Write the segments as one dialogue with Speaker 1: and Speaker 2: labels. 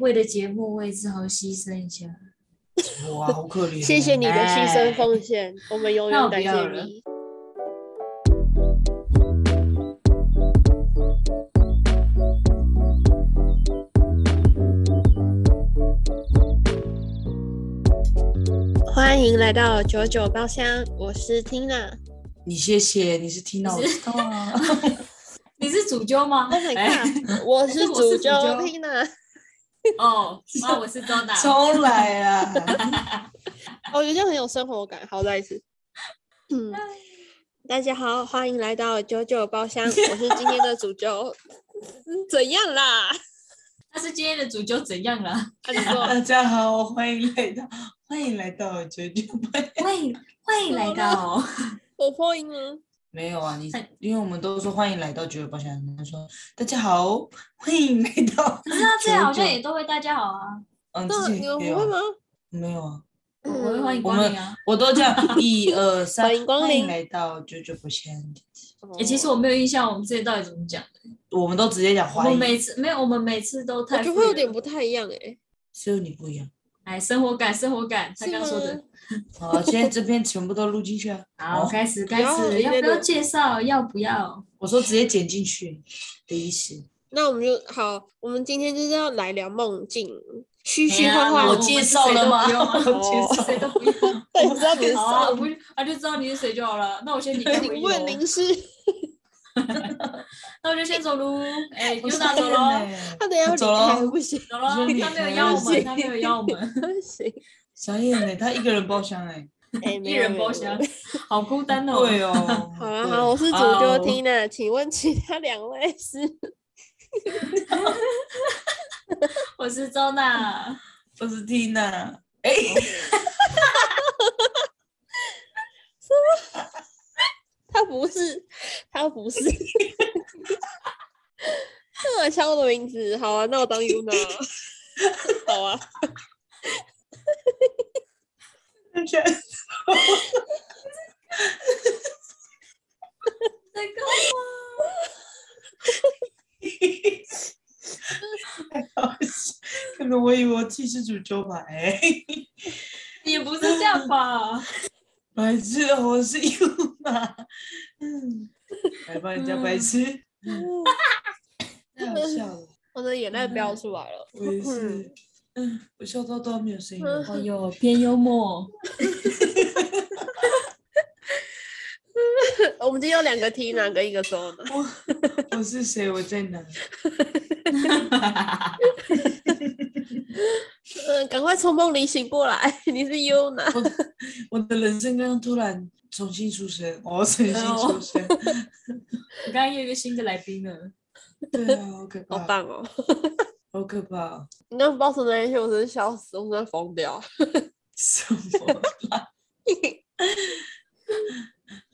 Speaker 1: 为了节目为之豪牺牲一下。
Speaker 2: 哇，好可怜、哦！
Speaker 3: 谢谢你的牺牲奉献，我们永
Speaker 1: 那我不
Speaker 3: 远感
Speaker 1: 要
Speaker 3: 谢
Speaker 1: 了
Speaker 3: 你。欢迎来到九九包厢，我是 Tina。
Speaker 2: 你谢谢，你是听到我知道啊。
Speaker 1: 你是主揪吗？
Speaker 3: Oh my
Speaker 1: 哎
Speaker 3: god，我
Speaker 1: 我是
Speaker 3: 是主
Speaker 1: 主
Speaker 3: 角
Speaker 1: 角
Speaker 3: Tina。
Speaker 1: 哦，那我是周达。
Speaker 2: 重来 啊！
Speaker 3: 哦，有些很有生活感。好，再一次。 嗯，大家好，欢迎来到九九包厢，我是今天的主 角。嗯怎样啦？啊，
Speaker 1: 但是今天的主揪怎样了？
Speaker 3: 你 说，
Speaker 2: 大家好，欢迎来到， 欢迎来到九九八。
Speaker 1: 欢迎欢迎来哦到。
Speaker 3: 我破音了。
Speaker 2: 没有啊，你
Speaker 1: 哎
Speaker 2: 因为我们都说欢迎来到九九八小时，他说大家好，欢迎来 到。
Speaker 1: 可是他这样好像也都会大家好啊。
Speaker 2: 嗯，之
Speaker 3: 那
Speaker 2: 前
Speaker 3: 你们
Speaker 2: 没
Speaker 3: 不
Speaker 2: 有
Speaker 3: 会
Speaker 2: 啊
Speaker 3: 吗？
Speaker 2: 没有啊，
Speaker 3: 嗯
Speaker 1: 我我会欢迎
Speaker 2: 我
Speaker 1: 光
Speaker 2: 们
Speaker 1: 临啊。
Speaker 2: 我都这样一二三，
Speaker 3: 欢迎光
Speaker 2: 欢迎
Speaker 3: 临
Speaker 2: 来到九九八小时。
Speaker 3: 嗯
Speaker 1: 哎，其实我没有印象我们之前到底怎么讲。
Speaker 2: 我们都直接讲
Speaker 1: 我
Speaker 2: 欢
Speaker 1: 们
Speaker 2: 迎，
Speaker 1: 每次没有，我们每次都
Speaker 3: 我
Speaker 1: 太
Speaker 3: 觉得
Speaker 1: 敷
Speaker 3: 会有
Speaker 1: 衍
Speaker 3: 点
Speaker 1: 了
Speaker 3: 不太一样哎，
Speaker 2: 只有你不一样。
Speaker 1: 哎，生活感，生活感，他
Speaker 3: 是
Speaker 1: 刚
Speaker 3: 吗？
Speaker 1: 说的。
Speaker 2: 好，现在这边全部都录进去啊。
Speaker 1: 好，
Speaker 2: 哦
Speaker 1: 开始开始，
Speaker 3: 有
Speaker 1: 要不
Speaker 3: 那
Speaker 1: 要
Speaker 3: 个
Speaker 1: 介绍？要不 要？
Speaker 2: 我说直接剪进去的意思。
Speaker 3: 那我们就好，我们今天就是要来聊梦境，虚
Speaker 1: 哎
Speaker 3: 虚
Speaker 1: 呀
Speaker 3: 幻幻。
Speaker 1: 我
Speaker 2: 我
Speaker 1: 们
Speaker 2: 介
Speaker 1: 是
Speaker 2: 绍
Speaker 1: 谁
Speaker 2: 了
Speaker 1: 都
Speaker 2: 吗？
Speaker 1: 不用啊
Speaker 2: 我介
Speaker 3: 哦
Speaker 2: 绍
Speaker 1: 谁都不用。
Speaker 3: 对，你知道你是
Speaker 1: 好啊，我
Speaker 3: 谁？
Speaker 1: 不啊就知道你是谁就好了。那我先你跟
Speaker 3: 请
Speaker 1: 我
Speaker 3: 问您是？
Speaker 1: 那我就先走喽。 哎，
Speaker 2: 我
Speaker 1: 就
Speaker 2: 傻
Speaker 1: 那走喽，
Speaker 2: 眼
Speaker 3: 他等一下要
Speaker 2: 走咯
Speaker 3: 离开，不行，
Speaker 1: 走喽。
Speaker 2: 你先
Speaker 1: 他没有
Speaker 2: 离开
Speaker 1: 邀我
Speaker 3: 不
Speaker 1: 们，
Speaker 3: 行
Speaker 1: 他没有邀我们，
Speaker 3: 不行。
Speaker 2: 傻 眼嘞，他一个人包厢哎，
Speaker 3: 哎，没
Speaker 1: 一
Speaker 3: 有
Speaker 1: 人
Speaker 3: 没有
Speaker 1: 包
Speaker 3: 没有
Speaker 1: 厢，好孤单哦。
Speaker 2: 对哦。
Speaker 3: 好
Speaker 2: 好
Speaker 3: 了，好，啊我是主
Speaker 1: 哦
Speaker 3: 角 Tina，、请问其他两位是？
Speaker 1: 我是周娜。
Speaker 2: 我是 Tina，
Speaker 3: 他不是，他不是。干嘛敲我的名字？好啊，那我当 Yuna。好啊，
Speaker 1: 在干嘛？
Speaker 2: 可能我以为我替是主角吧，哎，
Speaker 1: 也不是这样吧？
Speaker 2: 白痴哦，我是 Yuna，嗯，来帮人家白痴，太好笑了，
Speaker 3: 我的眼泪飙出来了。
Speaker 2: 我也是，嗯，我笑到都没有声音了，
Speaker 1: 哎呦，偏幽默。
Speaker 3: 嗯我们今天有两个 Tina 跟一个 Zona。
Speaker 2: 我是谁？我在哪？
Speaker 3: 嗯，赶快从梦里醒过来，你是 Yuna。
Speaker 2: 我我的人生刚刚突然重新出生，
Speaker 3: 哦
Speaker 2: 啊我重新出生，
Speaker 1: 我刚刚又有一个新的来宾了，
Speaker 2: 对啊，好可
Speaker 3: 好
Speaker 2: 怕，
Speaker 3: 棒哦！
Speaker 2: 好可怕 哦，
Speaker 3: 你刚爆出那些，我真是笑死，我真的疯掉。
Speaker 2: 什么？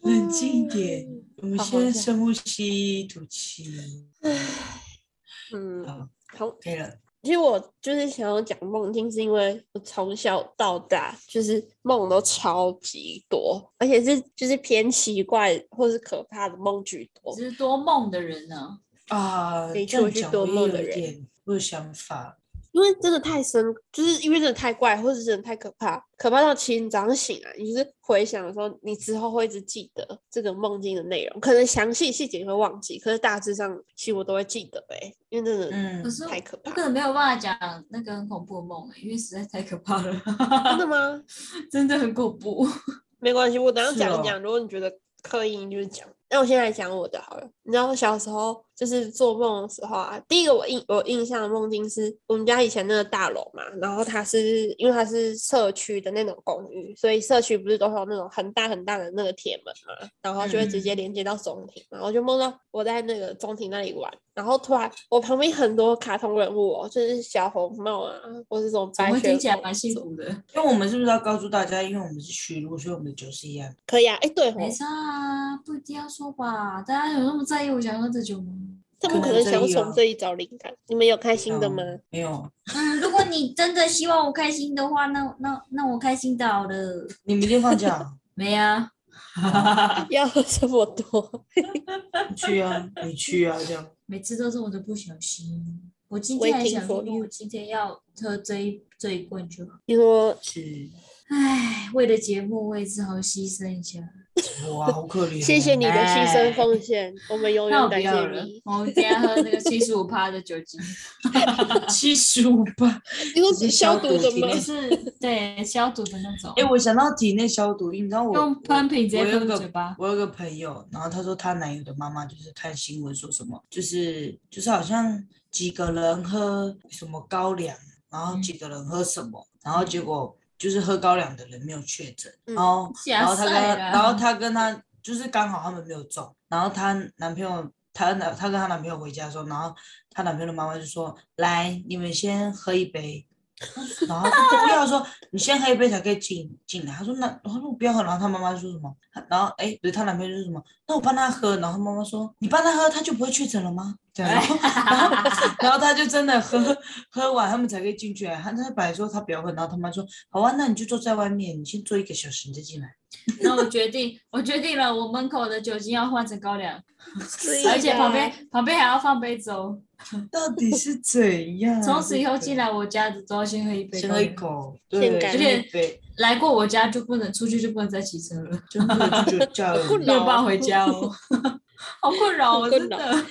Speaker 2: 冷静一点，我们
Speaker 3: 好好
Speaker 2: 先
Speaker 3: 笑
Speaker 2: 深呼吸，吐气，
Speaker 3: 嗯，
Speaker 2: 好，
Speaker 3: 好，
Speaker 2: 可以了。
Speaker 3: 其实我就是想要讲梦境，是因为我从小到大就是梦都超级多，而且是就是偏奇怪或是可怕的梦居多。
Speaker 1: 只是多梦的人呢。
Speaker 2: 啊，
Speaker 3: 的
Speaker 2: 这
Speaker 3: 确
Speaker 2: 样
Speaker 3: 我是
Speaker 2: 讲
Speaker 3: 多
Speaker 2: 我也
Speaker 3: 梦
Speaker 2: 有
Speaker 3: 的
Speaker 2: 一
Speaker 3: 人
Speaker 2: 点，我有想法。
Speaker 3: 因为真的太深，就是因为真的太怪，或者真的太可怕，可怕到其实你早上醒来，你就是回想的时候，你之后会一直记得这个梦境的内容，可能详细细节你会忘记，可是大致上其实我都会记得哎、因为真的
Speaker 2: 嗯
Speaker 1: 可，是
Speaker 3: 太可
Speaker 1: 我
Speaker 3: 怕。
Speaker 1: 可能没有办法讲那个很恐怖的梦、欸，因为实在太可怕了，
Speaker 3: 真的吗？
Speaker 1: 真的很恐怖。
Speaker 3: 没关系，我等一
Speaker 2: 是
Speaker 3: 下讲
Speaker 2: 哦
Speaker 3: 一讲。如果你觉得刻意，你就讲。那我先来讲我的好了。你知道我小时候就是做梦的时候啊，第一个我印我印象的梦境是我们家以前那个大楼嘛，然后它是因为它是社区的那种公寓，所以社区不是都会有那种很大很大的那个铁门嘛，然后就会直接
Speaker 1: 嗯
Speaker 3: 连接到中庭。然后我就梦到我在那个中庭那里玩，然后突然我旁边很多卡通人物哦，就是小红帽啊，或是什么
Speaker 1: 怎
Speaker 3: 白
Speaker 1: 么
Speaker 3: 雪
Speaker 1: 听起来
Speaker 3: 公
Speaker 1: 蛮幸
Speaker 3: 主
Speaker 1: 福的？
Speaker 2: 因为我们是不是要告诉大家，因为我们是虚弱，所以我们的酒是一样的。
Speaker 3: 可以啊，哎、对哦，
Speaker 1: 没差啊，不一定要说吧。大家有那么在意我想喝的酒吗？
Speaker 3: 他们
Speaker 2: 可
Speaker 3: 可
Speaker 2: 能
Speaker 3: 能
Speaker 2: 这
Speaker 3: 想要
Speaker 2: 一
Speaker 3: 从
Speaker 2: 啊
Speaker 3: 这里找灵感。你们有开心的
Speaker 2: 嗯
Speaker 3: 吗？？
Speaker 2: 没有，
Speaker 1: 嗯，如果你真的希望我开心的话，那那那我开心的好了。
Speaker 2: 你明天放假啊
Speaker 1: 没啊，
Speaker 3: 要这么多？
Speaker 2: 你去啊，你去啊，这样。
Speaker 1: 每次都是我的不小心。我今天还
Speaker 3: Waiting
Speaker 1: 想说，
Speaker 3: for you
Speaker 1: 我今天要喝这一这一罐就好。
Speaker 3: 你说
Speaker 2: 是
Speaker 1: 唉，为了节目，我也只好牺牲一下。
Speaker 2: 哇，好可怜哦。
Speaker 3: 谢谢你的牺牲
Speaker 1: 哎
Speaker 3: 奉献，我们永
Speaker 1: 那
Speaker 3: 远
Speaker 1: 我不
Speaker 3: 感
Speaker 1: 要
Speaker 3: 谢
Speaker 1: 了
Speaker 3: 你。，
Speaker 1: 我们今天喝那个七十五趴的酒 精，
Speaker 2: 七十五吧。
Speaker 3: 你说
Speaker 2: 直接
Speaker 3: 消
Speaker 2: 消
Speaker 3: 毒
Speaker 2: 毒
Speaker 3: 的
Speaker 2: 体
Speaker 3: 吗
Speaker 2: 内
Speaker 1: 就？是对消毒的那种
Speaker 2: 哎、，我想到体内消毒液，你知道我
Speaker 1: 用喷瓶直接
Speaker 2: 我有
Speaker 1: 喷
Speaker 2: 个
Speaker 1: 嘴巴。
Speaker 2: 我有个朋友，然后他说他男友的妈妈就是看新闻说什么，就是就是好像几个人喝什么高粱，然后
Speaker 1: 嗯
Speaker 2: 几个人喝什么，然后结果就是喝高粱的人没有确诊，
Speaker 3: 嗯
Speaker 2: 然后
Speaker 1: 吓
Speaker 2: 然后他跟
Speaker 1: 死啊
Speaker 2: 他
Speaker 1: 了
Speaker 2: 然后他跟他就是刚好他们没有中，然后她男朋友她男她跟她男朋友回家的时候，然后她男朋友的妈妈就说来你们先喝一杯，然后他不要说，你先喝一杯才可以进进来。他说那，然后说我不要喝。然后他妈妈说什么？他然后哎，不是她男朋友说什么？那我帮他喝。然后妈妈说，你帮他喝，他就不会确诊了吗？这样，然后然后然后他就真的喝喝完，他们才可以进去。啊他他本来说他不要喝，然后他妈说好啊，那你就坐在外面，你先坐一个小时，你再进来。
Speaker 1: 那我决定，我决定了，我门口的酒精要换成高粱，
Speaker 3: 是
Speaker 2: 啊
Speaker 3: 啊
Speaker 1: 而且
Speaker 3: 的
Speaker 1: 旁边旁边还要放杯哦粥。
Speaker 2: 到底是怎样？
Speaker 1: 从此以后
Speaker 2: 这个
Speaker 1: 进来我家的都要先喝一杯
Speaker 2: 先
Speaker 1: 高
Speaker 2: 喝一
Speaker 1: 粱，
Speaker 2: 口，
Speaker 3: 先
Speaker 2: 对，
Speaker 3: 干
Speaker 2: 先喝一杯，
Speaker 1: 来过我家就不能出去，就不能再骑车了，
Speaker 2: 真的就叫
Speaker 3: 好困
Speaker 1: 没
Speaker 3: 扰
Speaker 1: 有办法回家哦， 好困 扰
Speaker 3: 好
Speaker 1: 哦，
Speaker 3: 困
Speaker 1: 真
Speaker 3: 扰
Speaker 1: 的。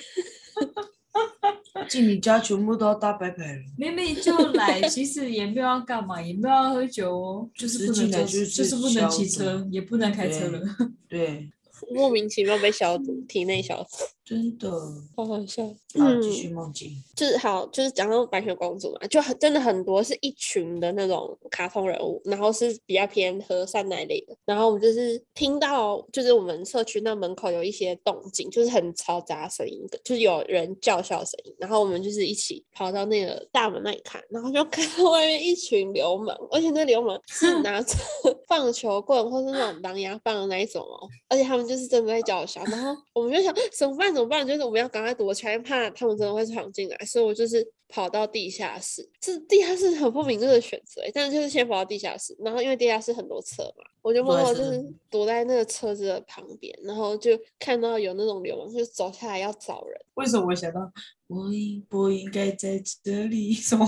Speaker 2: 进你家全部都要大白牌了。
Speaker 1: 明明就来，其实也没有要干嘛，也没有要喝酒哦，就是不能
Speaker 2: 进来
Speaker 1: 坐，
Speaker 2: 就是
Speaker 1: 就是不能骑
Speaker 2: 消毒
Speaker 1: 车，也不能开车了。
Speaker 2: 对，
Speaker 3: 莫名其妙被消毒，体内消毒，
Speaker 2: 真的。
Speaker 3: 好好笑。
Speaker 2: 好，继续梦
Speaker 1: 嗯
Speaker 2: 境。
Speaker 3: 就是好，就是讲到白雪公主嘛，就很真的很多是一群的那种卡通人物，然后是比较偏和善那一类的。然后我们就是听到，就是我们社区那门口有一些动静，就是很嘈杂声音，就是有人叫嚣声音。然后我们就是一起跑到那个大门那里看，然后就看到外面一群流氓，而且那流氓是拿着 棒球棍或是那种狼牙棒的那一种哦，而且他们就是真的在叫嚣，然后我们就想怎么办怎么办，就是我们要赶快躲起来，怕他们真的会闯进来，所以我就是跑到地下室，这地下室很不明智的选择欸，但是就是先跑到地下室，然后因为地下室很多车嘛，我就默
Speaker 2: 躲在
Speaker 3: 默
Speaker 2: 车
Speaker 3: 就
Speaker 2: 子
Speaker 3: 是
Speaker 2: 里
Speaker 3: 躲在那个车子的旁边，然后就看到有那种流氓就走下来要找人，
Speaker 2: 为什么我想到我应不应该在这里？ 什么？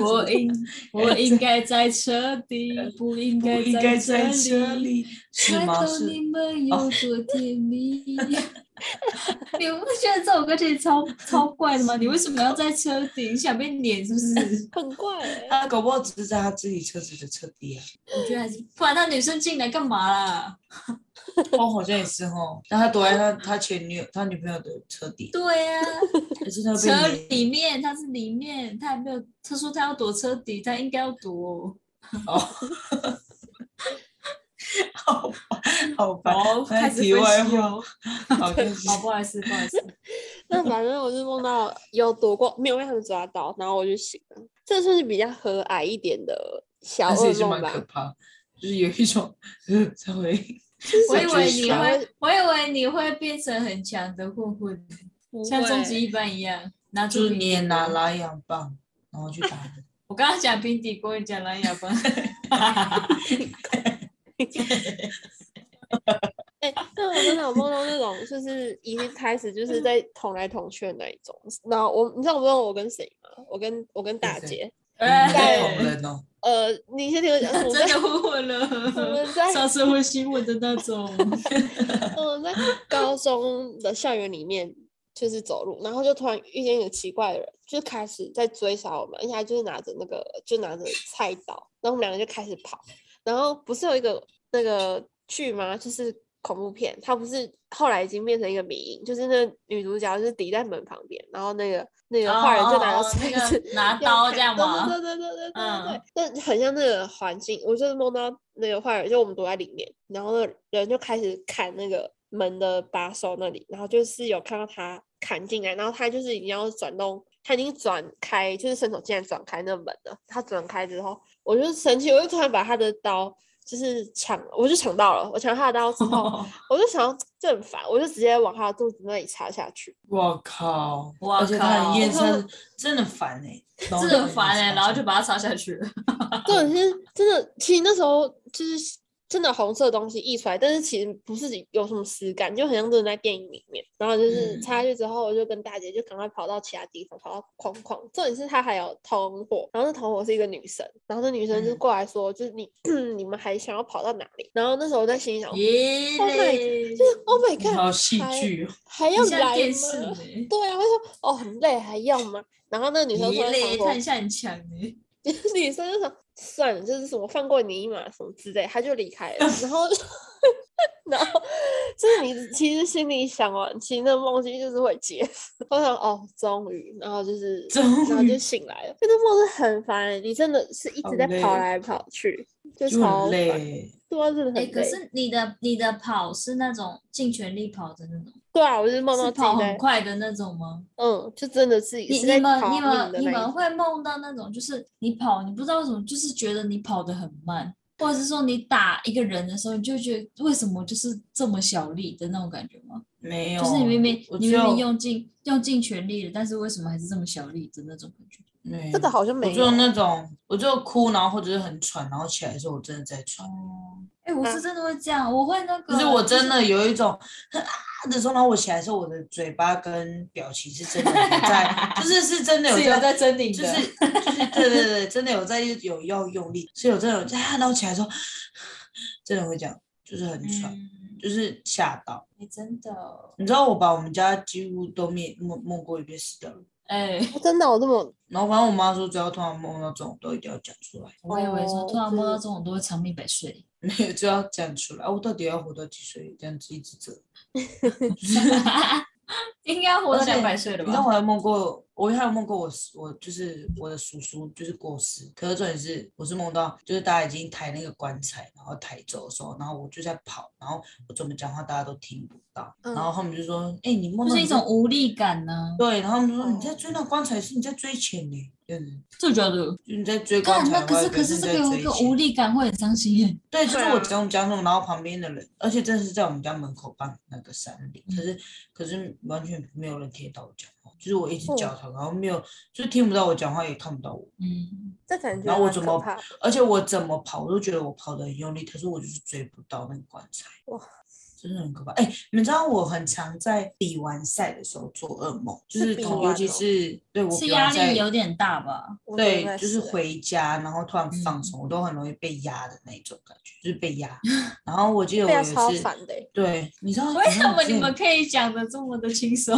Speaker 1: 我 应我应该在车底，不应
Speaker 2: 不
Speaker 1: 该
Speaker 2: 应该在这
Speaker 1: 这里。
Speaker 2: 里？是吗？
Speaker 1: 看到
Speaker 2: 是
Speaker 1: 你们有多甜蜜。 你不觉得这首歌其实超超怪的吗？你为什么要在车底？你想被撵是不是？
Speaker 3: 很怪欸、
Speaker 2: 他啊搞不好只是在他自己车子的车底啊。
Speaker 1: 我觉得还是，不然那女生进来干嘛啦？
Speaker 2: 哦，好像也是哦。那他躲在他他前女友他女朋友的车底，
Speaker 1: 对呀、
Speaker 2: 可是他
Speaker 1: 车
Speaker 2: 被你
Speaker 1: 里面他是里面，他还没有，他说他要躲车底，他应该要躲。
Speaker 2: 哦。 好烦，好烦！
Speaker 1: 哦，
Speaker 2: 哎
Speaker 1: 开始
Speaker 2: 题
Speaker 1: 分
Speaker 2: 外
Speaker 1: 析
Speaker 2: 话
Speaker 1: 哦。
Speaker 2: 好开心
Speaker 1: 好，不好意思，不好意思。
Speaker 3: 那反正我就梦到有躲过，没有被他们抓到，然后我就醒了。这算是比较和蔼一点的小
Speaker 2: 但是也
Speaker 3: 噩
Speaker 2: 是蛮
Speaker 3: 梦
Speaker 2: 可
Speaker 3: 吧。
Speaker 2: 怕，就是有一种呃 稍微
Speaker 1: 我以为你
Speaker 2: 小
Speaker 1: 会，我以为你会变成很强的混混，像终极一班一样，拿
Speaker 2: 就
Speaker 1: 出
Speaker 2: 是
Speaker 1: 平
Speaker 2: 你
Speaker 1: 底
Speaker 2: 也拿
Speaker 1: 锅。
Speaker 2: 拉洋棒，然后去打人。
Speaker 1: 我刚刚讲平底锅，你讲蓝牙棒。
Speaker 3: 哎、那我真的有梦到那种，就是已经开始就是在捅来捅去的那一种。然后我，你知道我问我跟谁吗？我跟我跟大
Speaker 2: 谁
Speaker 3: 姐。
Speaker 2: 你在
Speaker 1: 哎
Speaker 2: 捅人 哦，
Speaker 3: 呃，你先听我讲， 我们
Speaker 1: 真
Speaker 3: 在
Speaker 1: 的混混
Speaker 3: 我
Speaker 1: 了，
Speaker 3: 们在
Speaker 1: 上社会新闻的那种。
Speaker 3: 我嗯在高中的校园里面就是走路，然后就突然遇见一个奇怪的人，就开始在追杀我们，而且他就是拿着那个就拿着菜刀，然后我们两个就开始跑，然后不是有一个那个剧吗？就是恐怖片，它不是后来已经变成一个迷因，就是那个女主角就是抵在门旁边，然后那个那个坏人就拿着
Speaker 1: 哦哦
Speaker 3: 菜
Speaker 1: 那
Speaker 3: 子
Speaker 1: 个 拿
Speaker 3: 要
Speaker 1: 刀
Speaker 3: 砍
Speaker 1: 这样
Speaker 3: 对
Speaker 1: 吗？
Speaker 3: 对对对对对对
Speaker 1: 嗯
Speaker 3: 对，那很像那个环境，我就是梦到那个坏人，就我们躲在里面，然后那个人就开始砍那个门的把手那里，然后就是有看到他砍进来，然后他就是已经要转动，他已经转开，就是伸手进来转开那门了。他转开之后，我就生气，我就突然把他的刀。就是抢，我就抢到了。我抢到他的刀 之后，我就想到这很烦，我就直接往他的肚子那里插下去。
Speaker 2: 我靠！
Speaker 1: 哇
Speaker 2: 而且他
Speaker 1: 靠
Speaker 2: 很厌
Speaker 3: 我
Speaker 2: 生，真的烦哎，然后
Speaker 1: 这
Speaker 2: 就
Speaker 1: 很烦
Speaker 2: 很
Speaker 1: 哎，
Speaker 2: 常
Speaker 1: 然后
Speaker 2: 常
Speaker 1: 就把他插下去了。
Speaker 3: 重点是真的，其实那时候就是真的红色的东西溢出来，但是其实不是有什么实感，就很像真的在电影里面。然后就是
Speaker 2: 嗯
Speaker 3: 擦下去之后，我就跟大姐就赶快跑到其他地方，跑到框框。重点是她还有同伙，然后那同伙是一个女生，然后那女生就
Speaker 2: 嗯
Speaker 3: 过来说，就是你 你们还想要跑到哪里？然后那时候我在心里想，就是
Speaker 2: 耶
Speaker 3: Oh my-
Speaker 2: 嘞！
Speaker 3: Oh my
Speaker 2: 你
Speaker 3: god，
Speaker 2: 好戏
Speaker 3: 还
Speaker 2: 剧哦，
Speaker 3: 还要
Speaker 1: 很像
Speaker 3: 来
Speaker 1: 电视
Speaker 3: 吗？
Speaker 1: 欸
Speaker 3: 对啊，我就说哦很累还要吗？然后那女生突
Speaker 1: 咦
Speaker 3: 然
Speaker 1: 嘞，
Speaker 3: 反驳
Speaker 1: 他很像很强哎，
Speaker 3: 女生就说算了，就是什么放过你一马什么之类，她就离开了。然后， 然后就是你其实心里想完，其实那梦境就是会结束。我想哦，终于，然后就是
Speaker 2: 终
Speaker 3: 然后就
Speaker 2: 于
Speaker 3: 醒来了。那个梦是很烦欸，你真的是一
Speaker 2: 好
Speaker 3: 直在跑
Speaker 2: 累哦
Speaker 3: 来跑去，就
Speaker 2: 就
Speaker 3: 超
Speaker 2: 很
Speaker 3: 烦，
Speaker 2: 累。
Speaker 3: 对啊，真的很
Speaker 1: 哎，
Speaker 3: 累。
Speaker 1: 可是你的你的跑是那种尽全力跑的那种，
Speaker 3: 对啊，我就是梦到
Speaker 1: 是
Speaker 3: 自己
Speaker 1: 跑
Speaker 3: 在
Speaker 1: 很，快的那种吗？
Speaker 3: 嗯，就真的自己
Speaker 1: 你
Speaker 3: 是
Speaker 1: 你
Speaker 3: 在
Speaker 1: 们
Speaker 3: 跑
Speaker 1: 你
Speaker 3: 命
Speaker 1: 们
Speaker 3: 的
Speaker 1: 你
Speaker 3: 那一
Speaker 1: 们
Speaker 3: 种
Speaker 1: 会梦到那种，就是你跑，你不知道为什么，就是觉得你跑得很慢，或者是说你打一个人的时候，你就觉得为什么就是这么小力的那种感觉吗？
Speaker 2: 没有，
Speaker 1: 就是你明明
Speaker 2: 我
Speaker 1: 你明明
Speaker 2: 就
Speaker 1: 用尽用尽全力了，但是为什么还是这么小力的那种感觉？
Speaker 2: 没
Speaker 3: 这个好像
Speaker 2: 我
Speaker 3: 没有
Speaker 2: 就那种，我就哭，然后或者是很喘，然后起来的时候我真的在喘，
Speaker 1: 哦，哎，我
Speaker 3: 啊
Speaker 1: 是真的会这样，我会那个，
Speaker 2: 就是我真
Speaker 1: 嗯
Speaker 2: 的有一种啊的时候，然后我起来的时候，我的嘴巴跟表情是真的有在， 就是是真的有
Speaker 1: 是有在狰狞
Speaker 2: 就
Speaker 1: 的
Speaker 2: 是，就是对对对，真的有在有要用力，是有真的有在，然后起来的时候，真的会这样，就是很喘，
Speaker 1: 嗯，
Speaker 2: 就是吓到。
Speaker 1: 哎真的，
Speaker 2: 你知道我把我们家几乎都灭梦梦过一遍死掉了，
Speaker 1: 哎，
Speaker 3: 哦真的我这么
Speaker 2: 然后反正我妈说，只要突然梦到这种，都一定要讲出来，
Speaker 1: 我以为说
Speaker 3: 哦
Speaker 1: 突然梦到
Speaker 3: 是
Speaker 1: 这种都会长命百岁，
Speaker 2: 没有就要讲出来。啊我到底要活到几岁？这样子一直这样。
Speaker 1: 应该活到
Speaker 2: 而且
Speaker 1: 两百岁了
Speaker 2: 你知道
Speaker 1: 吧？
Speaker 2: 我还梦过，我还有梦过我叔我就是我的叔叔就是过世，可是重点是我是梦到就是大家已经抬那个棺材，然后抬走的时候，然后我就在跑，然后我怎么讲话大家都听不到，
Speaker 3: 嗯
Speaker 2: 然后他们就说：“哎、你梦
Speaker 1: 就是
Speaker 2: 到你
Speaker 1: 一
Speaker 2: 在
Speaker 1: 种嗯无力感呢、
Speaker 2: 对。”然后他们说：“你在
Speaker 3: 哦
Speaker 2: 追那棺材是你在追钱呢、嗯，
Speaker 1: 就觉得，
Speaker 2: 就你在追棺
Speaker 1: 干
Speaker 2: 材
Speaker 1: 啊那
Speaker 2: 的
Speaker 1: 可
Speaker 2: 话，
Speaker 1: 是可是
Speaker 2: 你
Speaker 1: 这
Speaker 2: 在
Speaker 1: 个有
Speaker 2: 追
Speaker 1: 一个
Speaker 2: 钱
Speaker 1: 无力感会很伤心耶。
Speaker 2: 对，就是
Speaker 3: 对
Speaker 2: 我
Speaker 3: 啊
Speaker 2: 讲我们家那种，然后旁边的人，而且真的是在我们家门口办那个山林，可是可是完全没有人听得到我讲话，就是我一直
Speaker 3: 哦
Speaker 2: 叫他，然后没有就听不到我讲话，也看不到我，
Speaker 1: 嗯，
Speaker 3: 这感觉
Speaker 2: 然后我
Speaker 3: 蛮
Speaker 2: 怎
Speaker 3: 可
Speaker 2: 么
Speaker 3: 怕的
Speaker 2: 而且我怎么跑，我都觉得我跑得很用力，可是我就是追不到那个棺材，
Speaker 3: 哇，
Speaker 2: 真的很可怕。哎，你们知道我很常在比完赛的时候做噩梦，就是是
Speaker 3: 比
Speaker 2: 同
Speaker 3: 完
Speaker 2: 尤其
Speaker 3: 哦
Speaker 2: 是对我
Speaker 1: 是
Speaker 2: 比
Speaker 1: 压
Speaker 2: 完赛
Speaker 1: 力有点大吧？
Speaker 3: 我觉得应
Speaker 2: 对，
Speaker 3: 该
Speaker 2: 就是
Speaker 3: 欸
Speaker 2: 回家，然后突然放
Speaker 1: 嗯
Speaker 2: 松，我都很容易被压的那种感觉，就是被压。然后我记得我
Speaker 3: 对
Speaker 2: 有
Speaker 3: 啊，
Speaker 2: 一
Speaker 3: 超
Speaker 2: 次，
Speaker 3: 烦的欸。
Speaker 2: 对，你知道
Speaker 1: 为什么
Speaker 2: 之
Speaker 1: 你
Speaker 2: 前
Speaker 1: 们可以讲的这么的轻松？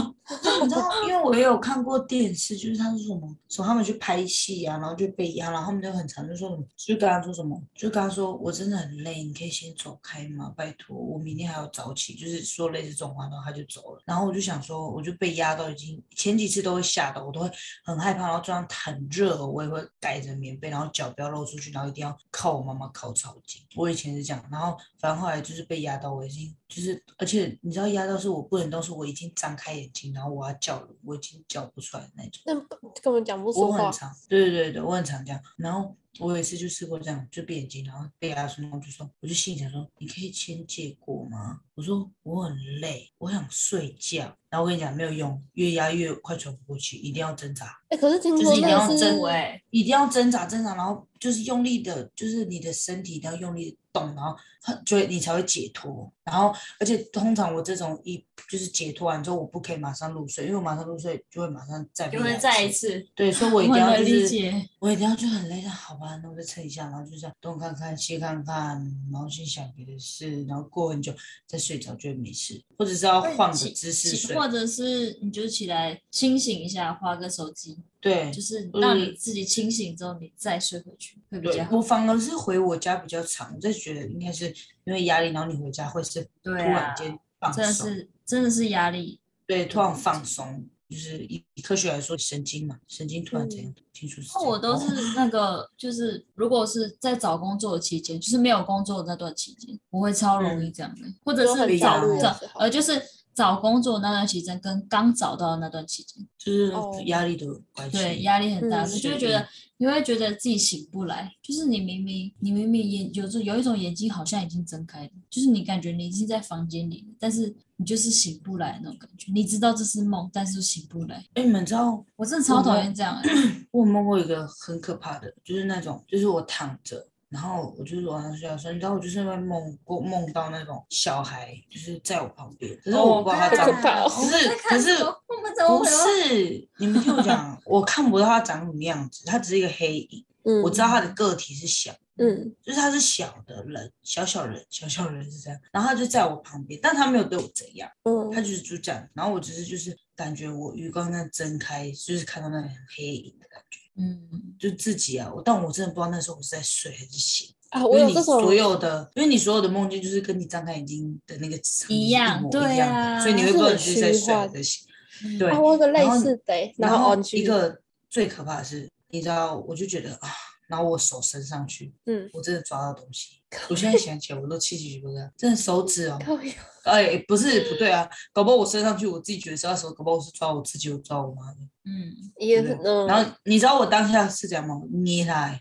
Speaker 2: 你知道，因为我也有看过电视，就是他说什么，说他们去拍戏啊，然后就被压，然后他们就很常就说什么，就跟他说什么，就跟他说我真的很累，你可以先走开吗？拜托，我明天还要早起，就是说类似这种话，然后他就走了。然后我就想说，我就被压到已经前几次都会吓到，我都会很害怕，然后这样很热，我也会盖着棉被，然后脚不要露出去，然后一定要靠我妈妈靠超紧。我以前是这样，然后反正后来就是被压到，我已经就是，而且你知道压到是我不能动，是我已经张开眼睛，然后我要叫了，我已经叫不出来的那种。
Speaker 3: 那不根本讲不
Speaker 2: 我
Speaker 3: 出
Speaker 2: 很
Speaker 3: 话，
Speaker 2: 常，对对对对，我很常这样。然后我有一次就试过这样，就闭眼睛，然后被压住，然后就说，我就心里想说，你可以先借过吗？我说我很累，我想睡觉。然后我跟你讲没有用，越压越快喘不过气，一定要挣扎。
Speaker 3: 哎、可是听
Speaker 2: 就是
Speaker 3: 说
Speaker 2: 一定
Speaker 3: 那
Speaker 2: 要
Speaker 3: 个是
Speaker 2: 真
Speaker 1: 真哎，
Speaker 2: 一定要挣扎挣扎，然后就是用力的，就是你的身体一定要用力地动，然后它就会你才会解脱。然后，而且通常我这种一就是解脱完之后，我不可以马上入睡，因为我马上入睡就会马上再被
Speaker 1: 就会
Speaker 2: 压
Speaker 1: 再一
Speaker 2: 制。
Speaker 1: 次。
Speaker 2: 对，所以我
Speaker 1: 我
Speaker 2: 一定要
Speaker 1: 能
Speaker 2: 就
Speaker 1: 理
Speaker 2: 是
Speaker 1: 解，
Speaker 2: 我一定要就很累，那好吧，那我再撑一下，然后就这样东看看西看看，然后先想别的事，然后过很久再睡着就会没事，或者是要换个
Speaker 1: 起
Speaker 2: 姿势
Speaker 1: 起
Speaker 2: 睡。
Speaker 1: 或者是你就起来清醒一下，划个手机，
Speaker 2: 对，
Speaker 1: 就是
Speaker 2: 嗯
Speaker 1: 让你自己清醒之后，你再睡回去会比
Speaker 2: 对
Speaker 1: 较，好。
Speaker 2: 我反而是回我家比较长，我就觉得应该是因为压力，然后你回家会是突
Speaker 1: 对
Speaker 2: 然
Speaker 1: 啊，
Speaker 2: 间放
Speaker 1: 真的
Speaker 2: 松，
Speaker 1: 是真的是压力
Speaker 2: 对，突然放松，就是以以科学来说，神经嘛，神经突然间清楚是这
Speaker 1: 嗯那
Speaker 2: 样。
Speaker 1: 我都
Speaker 2: 哦
Speaker 1: 是那个，就是如果是在找工作的期间，就是没有工作的那段期间，我会超容易这样的，或者
Speaker 3: 都很
Speaker 1: 是
Speaker 2: 嗯焦
Speaker 1: 找
Speaker 2: 虑的
Speaker 1: 找
Speaker 3: 时候
Speaker 1: 呃，就是找工作那段期间跟刚找到的那段期间，
Speaker 2: 就是
Speaker 3: 哦
Speaker 2: 压力的关系。
Speaker 1: 对压力很大，
Speaker 3: 嗯
Speaker 1: 所以就会
Speaker 2: 是
Speaker 1: 觉得你会觉得自己醒不来，就是你明明你明明眼有时候有一种眼睛好像已经睁开了，就是你感觉你已经在房间里了，但是你就是醒不来那种感觉，你知道这是梦，但是醒不来，
Speaker 2: 哎，你们知道
Speaker 1: 我真的超
Speaker 2: 我
Speaker 1: 讨
Speaker 2: 们
Speaker 1: 厌这样、欸。
Speaker 2: 我有梦过一个很可怕的，就是那种，就是我躺着，然后我就是晚上睡觉的时候，你知道我就是会梦过梦到那种小孩，就是在我旁边，可是我不知道他
Speaker 3: 哦
Speaker 2: 长
Speaker 3: 好可怕 哦
Speaker 2: 可是可是
Speaker 1: 我们怎么
Speaker 2: 不
Speaker 1: 会有
Speaker 2: 是，你们听我讲，我看不到他长什么样子，他只是一个黑影。
Speaker 3: 嗯，
Speaker 2: 我知道他的个体是小，
Speaker 3: 嗯，
Speaker 2: 就是他是小的人，小小人，小小人是这样。然后他就在我旁边，但他没有对我怎样，
Speaker 3: 嗯
Speaker 2: 他就是就这样。然后我只是就是感觉我余光在睁开，就是看到那个黑影的感觉，
Speaker 1: 嗯，
Speaker 2: 就自己啊。我但我真的不知道那时候我是在睡还是醒。
Speaker 3: 啊，
Speaker 2: 因
Speaker 3: 我
Speaker 2: 为
Speaker 3: 有
Speaker 2: 你
Speaker 3: 这种
Speaker 2: 所有的，因为你所有的梦境就是跟你张开眼睛的那个场景是
Speaker 1: 一样
Speaker 2: 模
Speaker 1: 对
Speaker 2: 一样的，
Speaker 1: 啊
Speaker 2: 所以你会
Speaker 3: 是
Speaker 2: 不知道
Speaker 3: 很
Speaker 2: 你是在
Speaker 3: 虚
Speaker 2: 睡还
Speaker 3: 幻
Speaker 2: 是醒。
Speaker 1: 嗯
Speaker 2: 对
Speaker 3: 啊，我有个类
Speaker 2: 然后
Speaker 3: 似的欸，
Speaker 2: 然
Speaker 3: 后
Speaker 2: 后
Speaker 3: 哦你继
Speaker 2: 一
Speaker 3: 续
Speaker 2: 个最可怕的是，你知道，我就觉得啊，然后我手伸上去，
Speaker 3: 嗯，
Speaker 2: 我真的抓到东西。我现在想起来，我都气急败坏，真的手指哦，
Speaker 3: 靠呀
Speaker 2: 哎，不是不对啊，搞不好我伸上去，我自己觉得是那时候，搞不好我是抓我自己，我抓我妈的。
Speaker 1: 嗯，
Speaker 3: 也
Speaker 2: 对
Speaker 3: 很嗯，
Speaker 2: 然后你知道我当下是怎样吗？捏他、欸，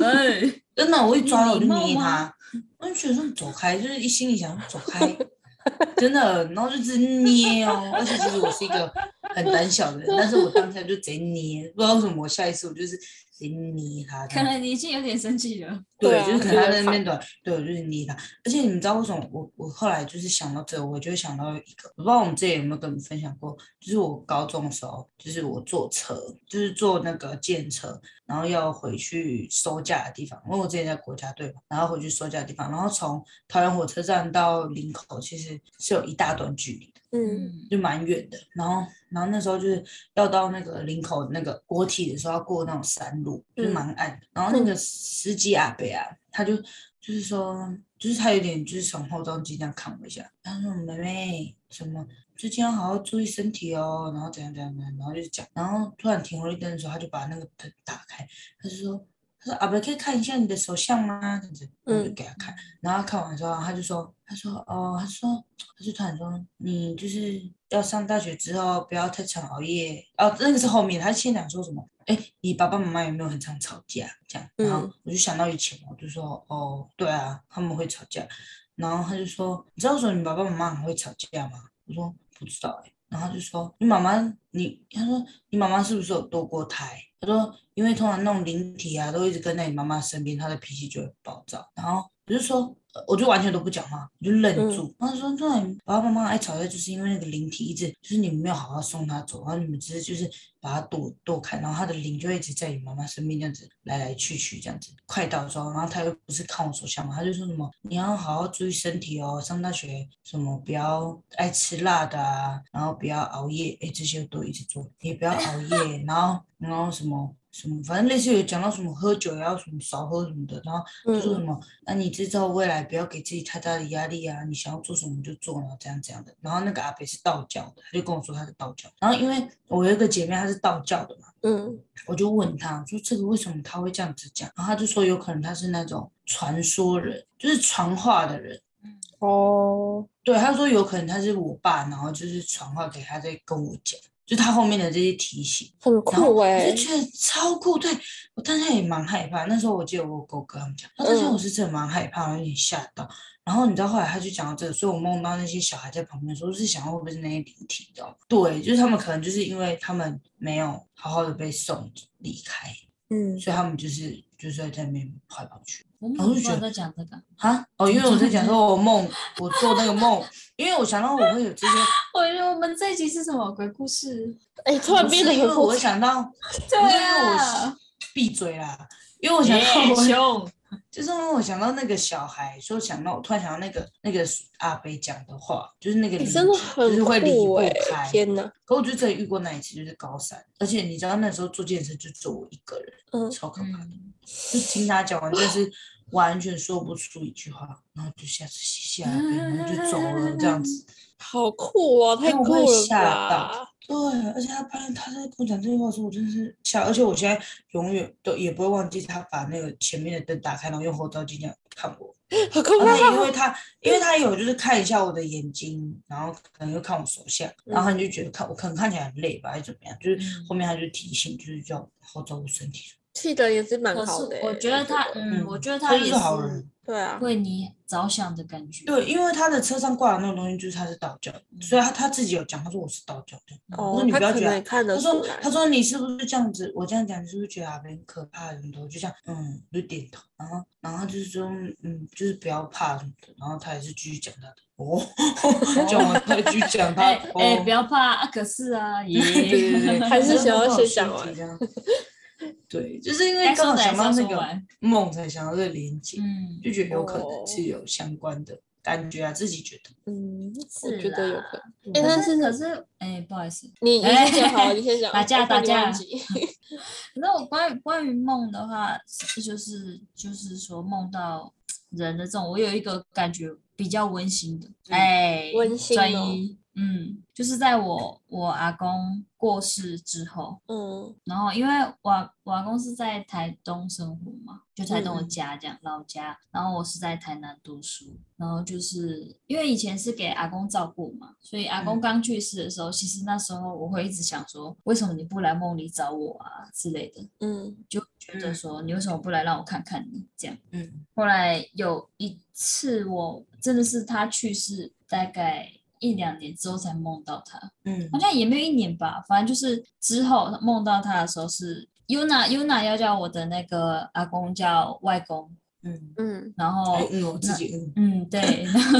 Speaker 1: 哎，
Speaker 2: 真的，我一抓到我就
Speaker 1: 你礼貌
Speaker 2: 捏他
Speaker 1: 吗，
Speaker 2: 我就觉得说走开，就是一心里想走 开，真的，然后就是捏哦，而且其实我是一个很胆小的人，但是我当下就直接捏，不知道为什么我下一次我就是直接捏他这
Speaker 1: 看
Speaker 2: 样，
Speaker 1: 来你已经有点生气了。
Speaker 2: 对，
Speaker 3: 对
Speaker 2: 就是
Speaker 3: 啊
Speaker 2: 可能
Speaker 3: 有
Speaker 2: 他
Speaker 3: 点
Speaker 2: 在那边短，对我就是捏他，而且你知道为什么我我后来就是想到这，我就会想到一个，我不知道我们之前有没有跟你们分享过，就是我高中的时候，就是我坐车，就是坐那个电车，然后要回去收假的地方，因为我之前在国家队嘛，然后回去收假的地方，然后从桃园火车站到林口其实是有一大段距离的，
Speaker 3: 嗯
Speaker 1: 嗯，
Speaker 2: 就蛮远的，然后然后那时候就是要到那个林口那个国体的时候，要过那种山路，就是
Speaker 3: 嗯
Speaker 2: 蛮暗的。然后那个司机阿伯啊，他就就是说，就是他有点就是从后照镜这样看我一下，他说：“妹妹，什么最近要好好注意身体哦。”然后怎样怎样怎样，然后就讲，然后突然停红绿灯的时候，他就把那个灯打开，他就说。他说：“阿伯，可以看一下你的手相吗？”这样子，我就
Speaker 3: 嗯
Speaker 2: 给他看。然后他看完之后，他就说：“他说哦，他说他就突然说，你就是要上大学之后不要太常熬夜哦，那个是后面，他先讲说什么？哎，你爸爸妈妈有没有很常吵架？这样，然后
Speaker 3: 嗯
Speaker 2: 我就想到以前，我就说哦，对啊，他们会吵架。然后他就说，你知道为什么你爸爸妈妈很会吵架吗？我说不知道哎、然后他就说你妈妈，你他说你妈妈是不是有堕过胎？他说因为通常那种灵体啊，都一直跟在你妈妈身边，她的脾气就会暴躁。然后我就说，呃我就完全都不讲话，我就愣
Speaker 3: 嗯
Speaker 2: 住。然后他说，那你爸爸妈妈爱吵架，就是因为那个灵体一直就是你们没有好好送他走，然后你们只是就是把他躲躲开，然后他的灵就会一直在你妈妈身边这样子来来去去这样子。快到的时候，然后他又不是看我手相嘛，他就说什么你要好好注意身体哦，上大学什么不要爱吃辣的啊，然后不要熬夜，哎，这些都一直做，也不要熬夜， 然后然后什么。什么，反正类似有讲到什么喝酒要什么少喝什么的，然后就说什
Speaker 3: 嗯
Speaker 2: 么，那、你知道未来不要给自己太大的压力啊，你想要做什么就做，然后这样这样的。然后那个阿北是道教的，他就跟我说他是道教。然后因为我有一个姐妹她是道教的嘛，
Speaker 3: 嗯
Speaker 2: 我就问她，我说这个为什么他会这样子讲？然后她就说有可能他是那种传说人，就是传话的人。
Speaker 3: 哦，
Speaker 2: 对，他说有可能他是我爸，然后就是传话给他，在跟我讲，就他后面的这些提醒。
Speaker 3: 很
Speaker 2: 然后
Speaker 3: 酷
Speaker 2: 我
Speaker 3: 哎
Speaker 2: 就，觉得超酷，对我当时也蛮害怕。那时候我记得我有跟我哥他们讲，然后那时
Speaker 3: 嗯
Speaker 2: 候我是真的蛮害怕，有点吓到。然后你知道后来他就讲到这个，所以我梦到那些小孩在旁边的时候，我是想要会不会是那些灵体，你知道吗？对，就是他们可能就是因为他们没有好好的被送离开，
Speaker 3: 嗯
Speaker 2: 所以他们就是就是在那边跑来跑去。
Speaker 1: 我们
Speaker 2: 我就
Speaker 1: 不
Speaker 2: 觉
Speaker 1: 知道
Speaker 2: 得
Speaker 1: 在讲这个，
Speaker 2: 啊，哦，因为我在讲说我梦，我做那个梦，因为我想到我会有这些，
Speaker 1: 我觉得我们这一集是什么鬼故事？
Speaker 3: 哎，突然
Speaker 2: 不
Speaker 3: 变
Speaker 2: 是
Speaker 3: 得
Speaker 2: 因为
Speaker 3: 很
Speaker 2: 我
Speaker 3: 酷
Speaker 2: 会，想到，
Speaker 1: 对啊，
Speaker 2: 闭嘴啦，因为我想到我
Speaker 1: 凶，
Speaker 2: 就是因为我想到那个小孩，说想到我突然想到那个那个阿北讲的话，就是那个
Speaker 3: 哎
Speaker 2: 邻居，
Speaker 3: 真的
Speaker 2: 就
Speaker 3: 很
Speaker 2: 是会离
Speaker 3: 酷
Speaker 2: 不
Speaker 3: 哎
Speaker 2: 开，。
Speaker 3: 天哪，
Speaker 2: 可我就真的遇过那一次，就是高三，而且你知道那时候做健身就只有我一个人，
Speaker 3: 嗯
Speaker 2: 超可怕的。
Speaker 1: 嗯，
Speaker 2: 就听他讲完，但是完全说不出一句话，然后就下次谢谢阿北，然后就走了这样 子。
Speaker 3: 好酷哦，太
Speaker 2: 因为我
Speaker 3: 酷
Speaker 2: 会
Speaker 3: 了
Speaker 2: 吓
Speaker 3: 吧？
Speaker 2: 对，而且他发他在跟我讲这句话的时候，我真的是吓，而且我现在永远都也不会忘记他把那个前面的灯打开，然后用后照镜这样看我。
Speaker 3: 好啊可
Speaker 2: 然后哦他因
Speaker 3: 怕！
Speaker 2: 为他，因为他有就是看一下我的眼睛，然后可能又看我手相，然后他就觉得看我可能看起来很累吧，还是怎么样，就是
Speaker 1: 嗯
Speaker 2: 后面他就提醒，就是叫我好照顾身体。
Speaker 3: 气得也是蛮
Speaker 1: 可
Speaker 3: 好的
Speaker 1: 是
Speaker 3: 欸、
Speaker 1: 我觉得他，嗯，
Speaker 2: 嗯
Speaker 1: 我觉得
Speaker 2: 他
Speaker 1: 他
Speaker 2: 就
Speaker 1: 也
Speaker 2: 是好人
Speaker 1: 是。
Speaker 3: 对啊，
Speaker 1: 为你着想的感觉。
Speaker 2: 对，因为他的车上挂的那种东西就是他是道教的，所以
Speaker 1: 嗯
Speaker 2: 他他自己有讲，他说我是道教的。我
Speaker 3: 哦
Speaker 2: 说，你
Speaker 3: 他
Speaker 2: 不要
Speaker 3: 可
Speaker 2: 觉得
Speaker 3: 能也看得
Speaker 2: 他
Speaker 3: 出
Speaker 2: 说
Speaker 3: 来
Speaker 2: 他，说你是不是这样子？我这样讲你是不是觉得阿边可怕什么的？我就这样嗯，我就点头，然后然后就是说嗯，就是不要怕什么的。然后他还是继续讲他的哦， 讲完他继续讲他
Speaker 1: 哎
Speaker 2: 的
Speaker 1: 哎，
Speaker 2: 哦
Speaker 1: 不要怕啊！可是啊，
Speaker 2: 对对
Speaker 1: 耶，
Speaker 2: 对对，
Speaker 3: 还是
Speaker 2: 真的
Speaker 3: 想要
Speaker 2: 不好
Speaker 3: 先
Speaker 2: 学
Speaker 3: 讲
Speaker 2: 习
Speaker 3: 完
Speaker 2: 这样。对，就是因为
Speaker 1: 啊该
Speaker 2: 刚
Speaker 1: 说
Speaker 2: 好
Speaker 1: 的还
Speaker 2: 想
Speaker 1: 是
Speaker 2: 到
Speaker 1: 要
Speaker 2: 那
Speaker 1: 说
Speaker 2: 个
Speaker 1: 完。
Speaker 2: 梦，才想到这个连接，
Speaker 1: 嗯，
Speaker 2: 就觉得有可能
Speaker 3: 哦
Speaker 2: 是有相关的感觉啊，自己觉得。
Speaker 3: 嗯，我
Speaker 1: 是
Speaker 3: 觉得有
Speaker 1: 啦
Speaker 3: 可能。
Speaker 2: 哎
Speaker 3: 哎但
Speaker 1: 可
Speaker 3: 是
Speaker 1: 可是，哎，不好意思，
Speaker 3: 你你先讲好了，你先讲。
Speaker 1: 打架
Speaker 3: 我怕
Speaker 1: 打
Speaker 3: 你
Speaker 1: 架
Speaker 3: 忘记
Speaker 1: 那我关于关于梦的话，是就是就是说梦到人的这种，我有一个感觉比较温馨的，
Speaker 2: 嗯
Speaker 1: 哎、
Speaker 3: 温馨
Speaker 1: 专
Speaker 3: 哦
Speaker 1: 一，嗯，就是在我我阿公过世之后，
Speaker 3: 嗯
Speaker 1: 然后因为我阿我阿公是在台东生活嘛，就台东的
Speaker 2: 嗯嗯
Speaker 1: 家这样、老家，然后我是在台南读书，然后就是因为以前是给阿公照顾嘛，所以阿公
Speaker 2: 嗯
Speaker 1: 刚去世的时候，其实那时候我会一直想说，为什么你不来梦里找我啊之类的。
Speaker 3: 嗯
Speaker 1: 就觉得
Speaker 2: 嗯
Speaker 1: 说你为什么不来让我看看你这样。
Speaker 2: 嗯
Speaker 1: 后来有一次我真的是他去世大概一两年之后才梦到他，
Speaker 2: 嗯
Speaker 1: 好像也没有一年吧，反正就是之后梦到他的时候是 Yuna Yuna 要叫我的那个阿公叫外公，
Speaker 2: 嗯，
Speaker 3: 嗯
Speaker 1: 然
Speaker 2: 哎
Speaker 1: 后。
Speaker 2: 嗯，我自己嗯
Speaker 1: 嗯，对，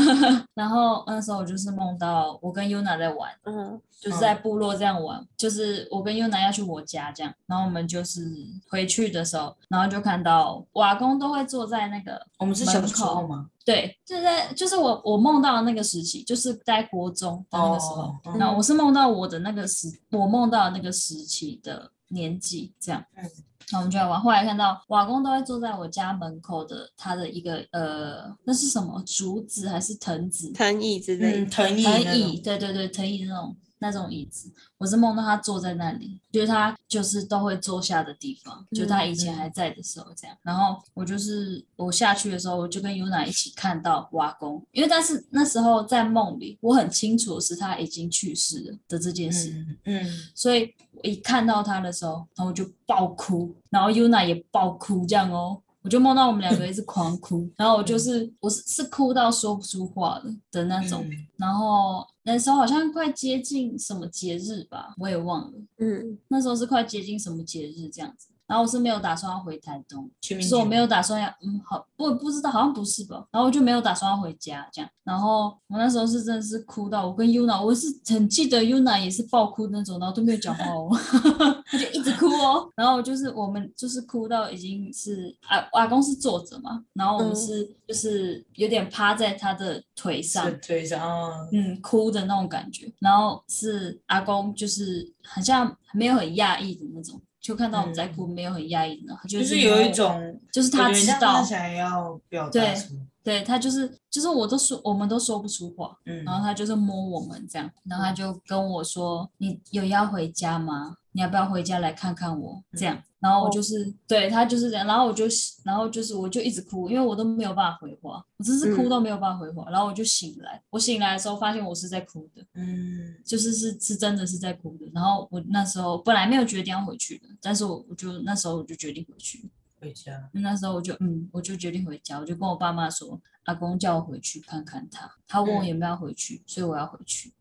Speaker 1: 然后那时候我就是梦到我跟 Yuna 在玩，
Speaker 3: 嗯
Speaker 1: 就是在部落这样玩，就是我跟 Yuna 要去我家这样，然后我们就是回去的时候，然后就看到瓦工都会坐在那个
Speaker 2: 我们是小
Speaker 1: 门
Speaker 2: 时
Speaker 1: 口
Speaker 2: 候吗？
Speaker 1: 对，就是在就是我我梦到的那个时期，就是在国中的那个时候，
Speaker 2: 哦
Speaker 1: 然后我是梦到我的那个时，我梦到的那个时期的年纪这样。
Speaker 2: 嗯
Speaker 1: 然后我们就来玩，后来看到瓦工都会坐在我家门口的他的一个呃，那是什么竹子还是藤子？
Speaker 3: 藤椅之类
Speaker 2: 嗯，
Speaker 3: 的，
Speaker 2: 藤椅那
Speaker 1: 藤椅，
Speaker 2: 种，
Speaker 1: 对对对，藤椅那种那种椅子，我是梦到他坐在那里，就是他就是都会坐下的地方，就他以
Speaker 2: 嗯
Speaker 1: 前还在的时候这样。然后我就是我下去的时候，我就跟 Yuna 一起看到瓦工，因为但是那时候在梦里，我很清楚的是他已经去世了的这件事，
Speaker 2: 嗯嗯，
Speaker 1: 所以我一看到他的时候，然后我就爆哭，然后 Yuna 也爆哭，这样哦。我就梦到我们两个一直狂哭，然后我就是我是是哭到说不出话的的那种，
Speaker 2: 嗯
Speaker 1: 然后那时候好像快接近什么节日吧，我也忘了。
Speaker 3: 嗯
Speaker 1: 那时候是快接近什么节日这样子。然后我是没有打算要回台东，
Speaker 2: 清
Speaker 1: 就
Speaker 2: 明
Speaker 1: 是我
Speaker 2: 节
Speaker 1: 没有打算要，嗯，好，我也不知道，好像不是吧。然后我就没有打算要回家这样。然后我那时候是真的是哭到，我跟 Yuna，我是很记得 Yuna 也是爆哭那种，然后都没有讲话哦， 他就一直哭哦。然后就是我们就是哭到已经是阿阿公是坐着嘛，然后我们
Speaker 3: 嗯
Speaker 1: 是、就是有点趴在他的腿上
Speaker 2: 是，腿上啊，
Speaker 1: 嗯哭的那种感觉，然后是阿公就是好像没有很讶异的那种，就看到我们在哭，没有很讶异的，他就
Speaker 2: 嗯就是
Speaker 1: 没
Speaker 2: 有一种
Speaker 1: 就是他
Speaker 2: 我觉得
Speaker 1: 知
Speaker 2: 让
Speaker 1: 道
Speaker 2: 他，想要表
Speaker 1: 对
Speaker 2: 达什么，
Speaker 1: 对他就是就是我都说我们都说不出话，
Speaker 2: 嗯
Speaker 1: 然后他就是摸我们这样，然后他就跟我说：“你有要回家吗？你要不要回家来看看我？”这
Speaker 2: 嗯
Speaker 1: 样，然
Speaker 2: 哦
Speaker 1: 后我就是、对他就是这样，然后我就然后就是我就一直哭，因为我都没有办法回话，我真是哭
Speaker 3: 嗯
Speaker 1: 都没有办法回话，然后我就醒来，我醒来的时候发现我是在哭的。
Speaker 2: 嗯
Speaker 1: 就是是是真的是在哭的。然后我那时候本来没有决定要回去的，但是我我就那时候我就决定回去，
Speaker 2: 回家，
Speaker 1: 那时候我就嗯我就决定回家，我就跟我爸妈说，阿公叫我回去看看他，他问我
Speaker 2: 嗯
Speaker 1: 有没有要回去，所以我要回去。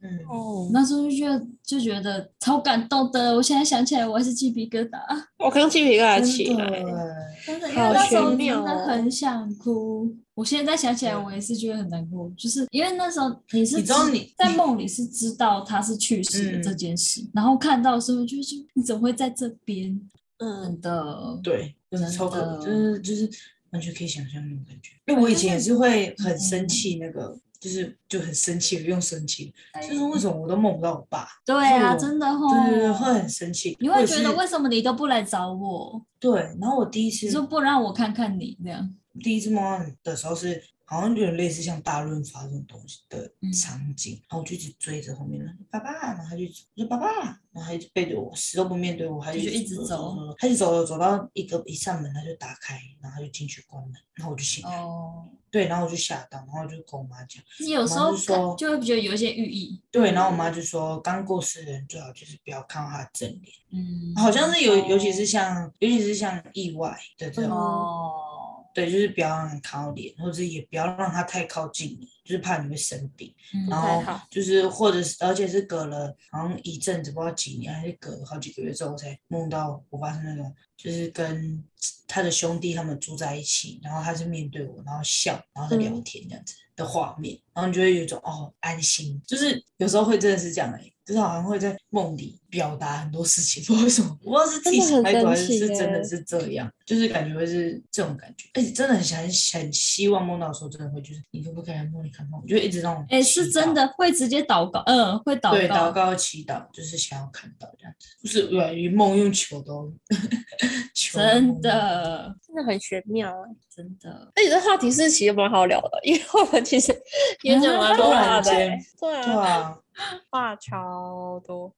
Speaker 2: 嗯，
Speaker 3: 哦
Speaker 1: 我，那时候就觉得就觉得超感动的，我现在想起来我还是鸡皮疙 瘩，
Speaker 3: 我刚鸡皮疙瘩
Speaker 2: 真
Speaker 3: 起
Speaker 2: 的
Speaker 3: 来，
Speaker 2: 欸
Speaker 1: 真的，因
Speaker 3: 好
Speaker 1: 为那时候真
Speaker 3: 玄妙
Speaker 1: 的
Speaker 3: 哦
Speaker 1: 很想哭。我现在想起来，
Speaker 2: 对
Speaker 1: 我也是觉得很难过，就是因为那时候你是
Speaker 2: 你知道你嗯
Speaker 1: 在梦里是知道他是去世的这件事，然后看到的时候就是你怎么会在这边？
Speaker 3: 嗯
Speaker 1: 真的，
Speaker 2: 对，真的超可，就
Speaker 1: 真
Speaker 2: 是就是完全可以想象那种感觉，因为我以前也是会很
Speaker 1: 嗯
Speaker 2: 生气那个。就是就很生气，不用生气，
Speaker 1: 哎
Speaker 2: 就是为什么我都梦不到我爸，
Speaker 1: 对啊，
Speaker 2: 就是我
Speaker 1: 真的吼，
Speaker 2: 对对对，会很生气。
Speaker 1: 你
Speaker 2: 或
Speaker 1: 会
Speaker 2: 者
Speaker 1: 觉得
Speaker 2: 是
Speaker 1: 为什么你都不来找我，
Speaker 2: 对，然后我第一次
Speaker 1: 你就不让我看看你这样？
Speaker 2: 第一次梦到的时候是好像有点类似像大润发这种东西的
Speaker 1: 嗯
Speaker 2: 场景，然后我就一直追着后面的爸爸，然后他就一直我说爸爸，然后他一直背对我，死都不面对我，他就
Speaker 1: 就一直走
Speaker 2: 他就走了走到一个一扇门，他就打开，然后他就进去关门，然后我就醒来，
Speaker 1: 哦，
Speaker 2: 对，然后我就吓到，然后我就跟我妈讲。
Speaker 1: 就是有时候
Speaker 2: 我妈就说
Speaker 1: 看就会觉得有一些寓意，
Speaker 2: 对，然后我妈就说，刚过世的人最好就是不要看到他的正脸，
Speaker 1: 嗯，
Speaker 2: 好像是有，尤其
Speaker 3: 哦
Speaker 2: 是像，尤其是像意外的这
Speaker 1: 嗯
Speaker 2: 种，
Speaker 1: 哦，
Speaker 2: 对，就是不要让人看到脸，或者也不要让他太靠近你，就是怕你会生病。
Speaker 1: 嗯
Speaker 2: 然
Speaker 3: 太
Speaker 2: 后
Speaker 3: 好
Speaker 2: 就是，或者是，而且是隔了好像一阵子，不知道几年，还是隔了好几个月之后，我才梦到我发生那种，就是跟他的兄弟他们住在一起，然后他是面对我，然后笑，然后在聊
Speaker 3: 嗯
Speaker 2: 天这样子的画面，然后你就会有一种哦安心，就是有时候会真的是这样哎、就是好像会在梦里表达很多事情， 不知道为什么，我不知道是自己
Speaker 3: 真的
Speaker 2: 想
Speaker 3: 很
Speaker 2: 太多，还
Speaker 3: 神
Speaker 2: 是
Speaker 3: 奇
Speaker 2: 是真的
Speaker 3: 耶
Speaker 2: 是这样，就是感觉会是这种感觉，而且真的很想很希望梦到的时候真的会就是你可不可以来梦里看看我，就一直那种
Speaker 1: 哎、是
Speaker 2: 祈
Speaker 1: 真
Speaker 2: 祷
Speaker 1: 的会直接祷告，嗯，会祷
Speaker 2: 对，
Speaker 1: 告，
Speaker 2: 祷告祈祷就是想要看到这样子，不是对于梦用求的 哦，求
Speaker 1: 真
Speaker 2: 梦
Speaker 1: 的
Speaker 3: 真的很玄妙啊！
Speaker 1: 真的，
Speaker 3: 而且这话题是其实蛮好聊的，因为我们其实也讲蛮多
Speaker 2: 突啊
Speaker 3: 话的、
Speaker 2: 然
Speaker 3: 欸
Speaker 2: 间，
Speaker 3: 对
Speaker 2: 对
Speaker 3: 啊，
Speaker 2: 啊，
Speaker 3: 话超多，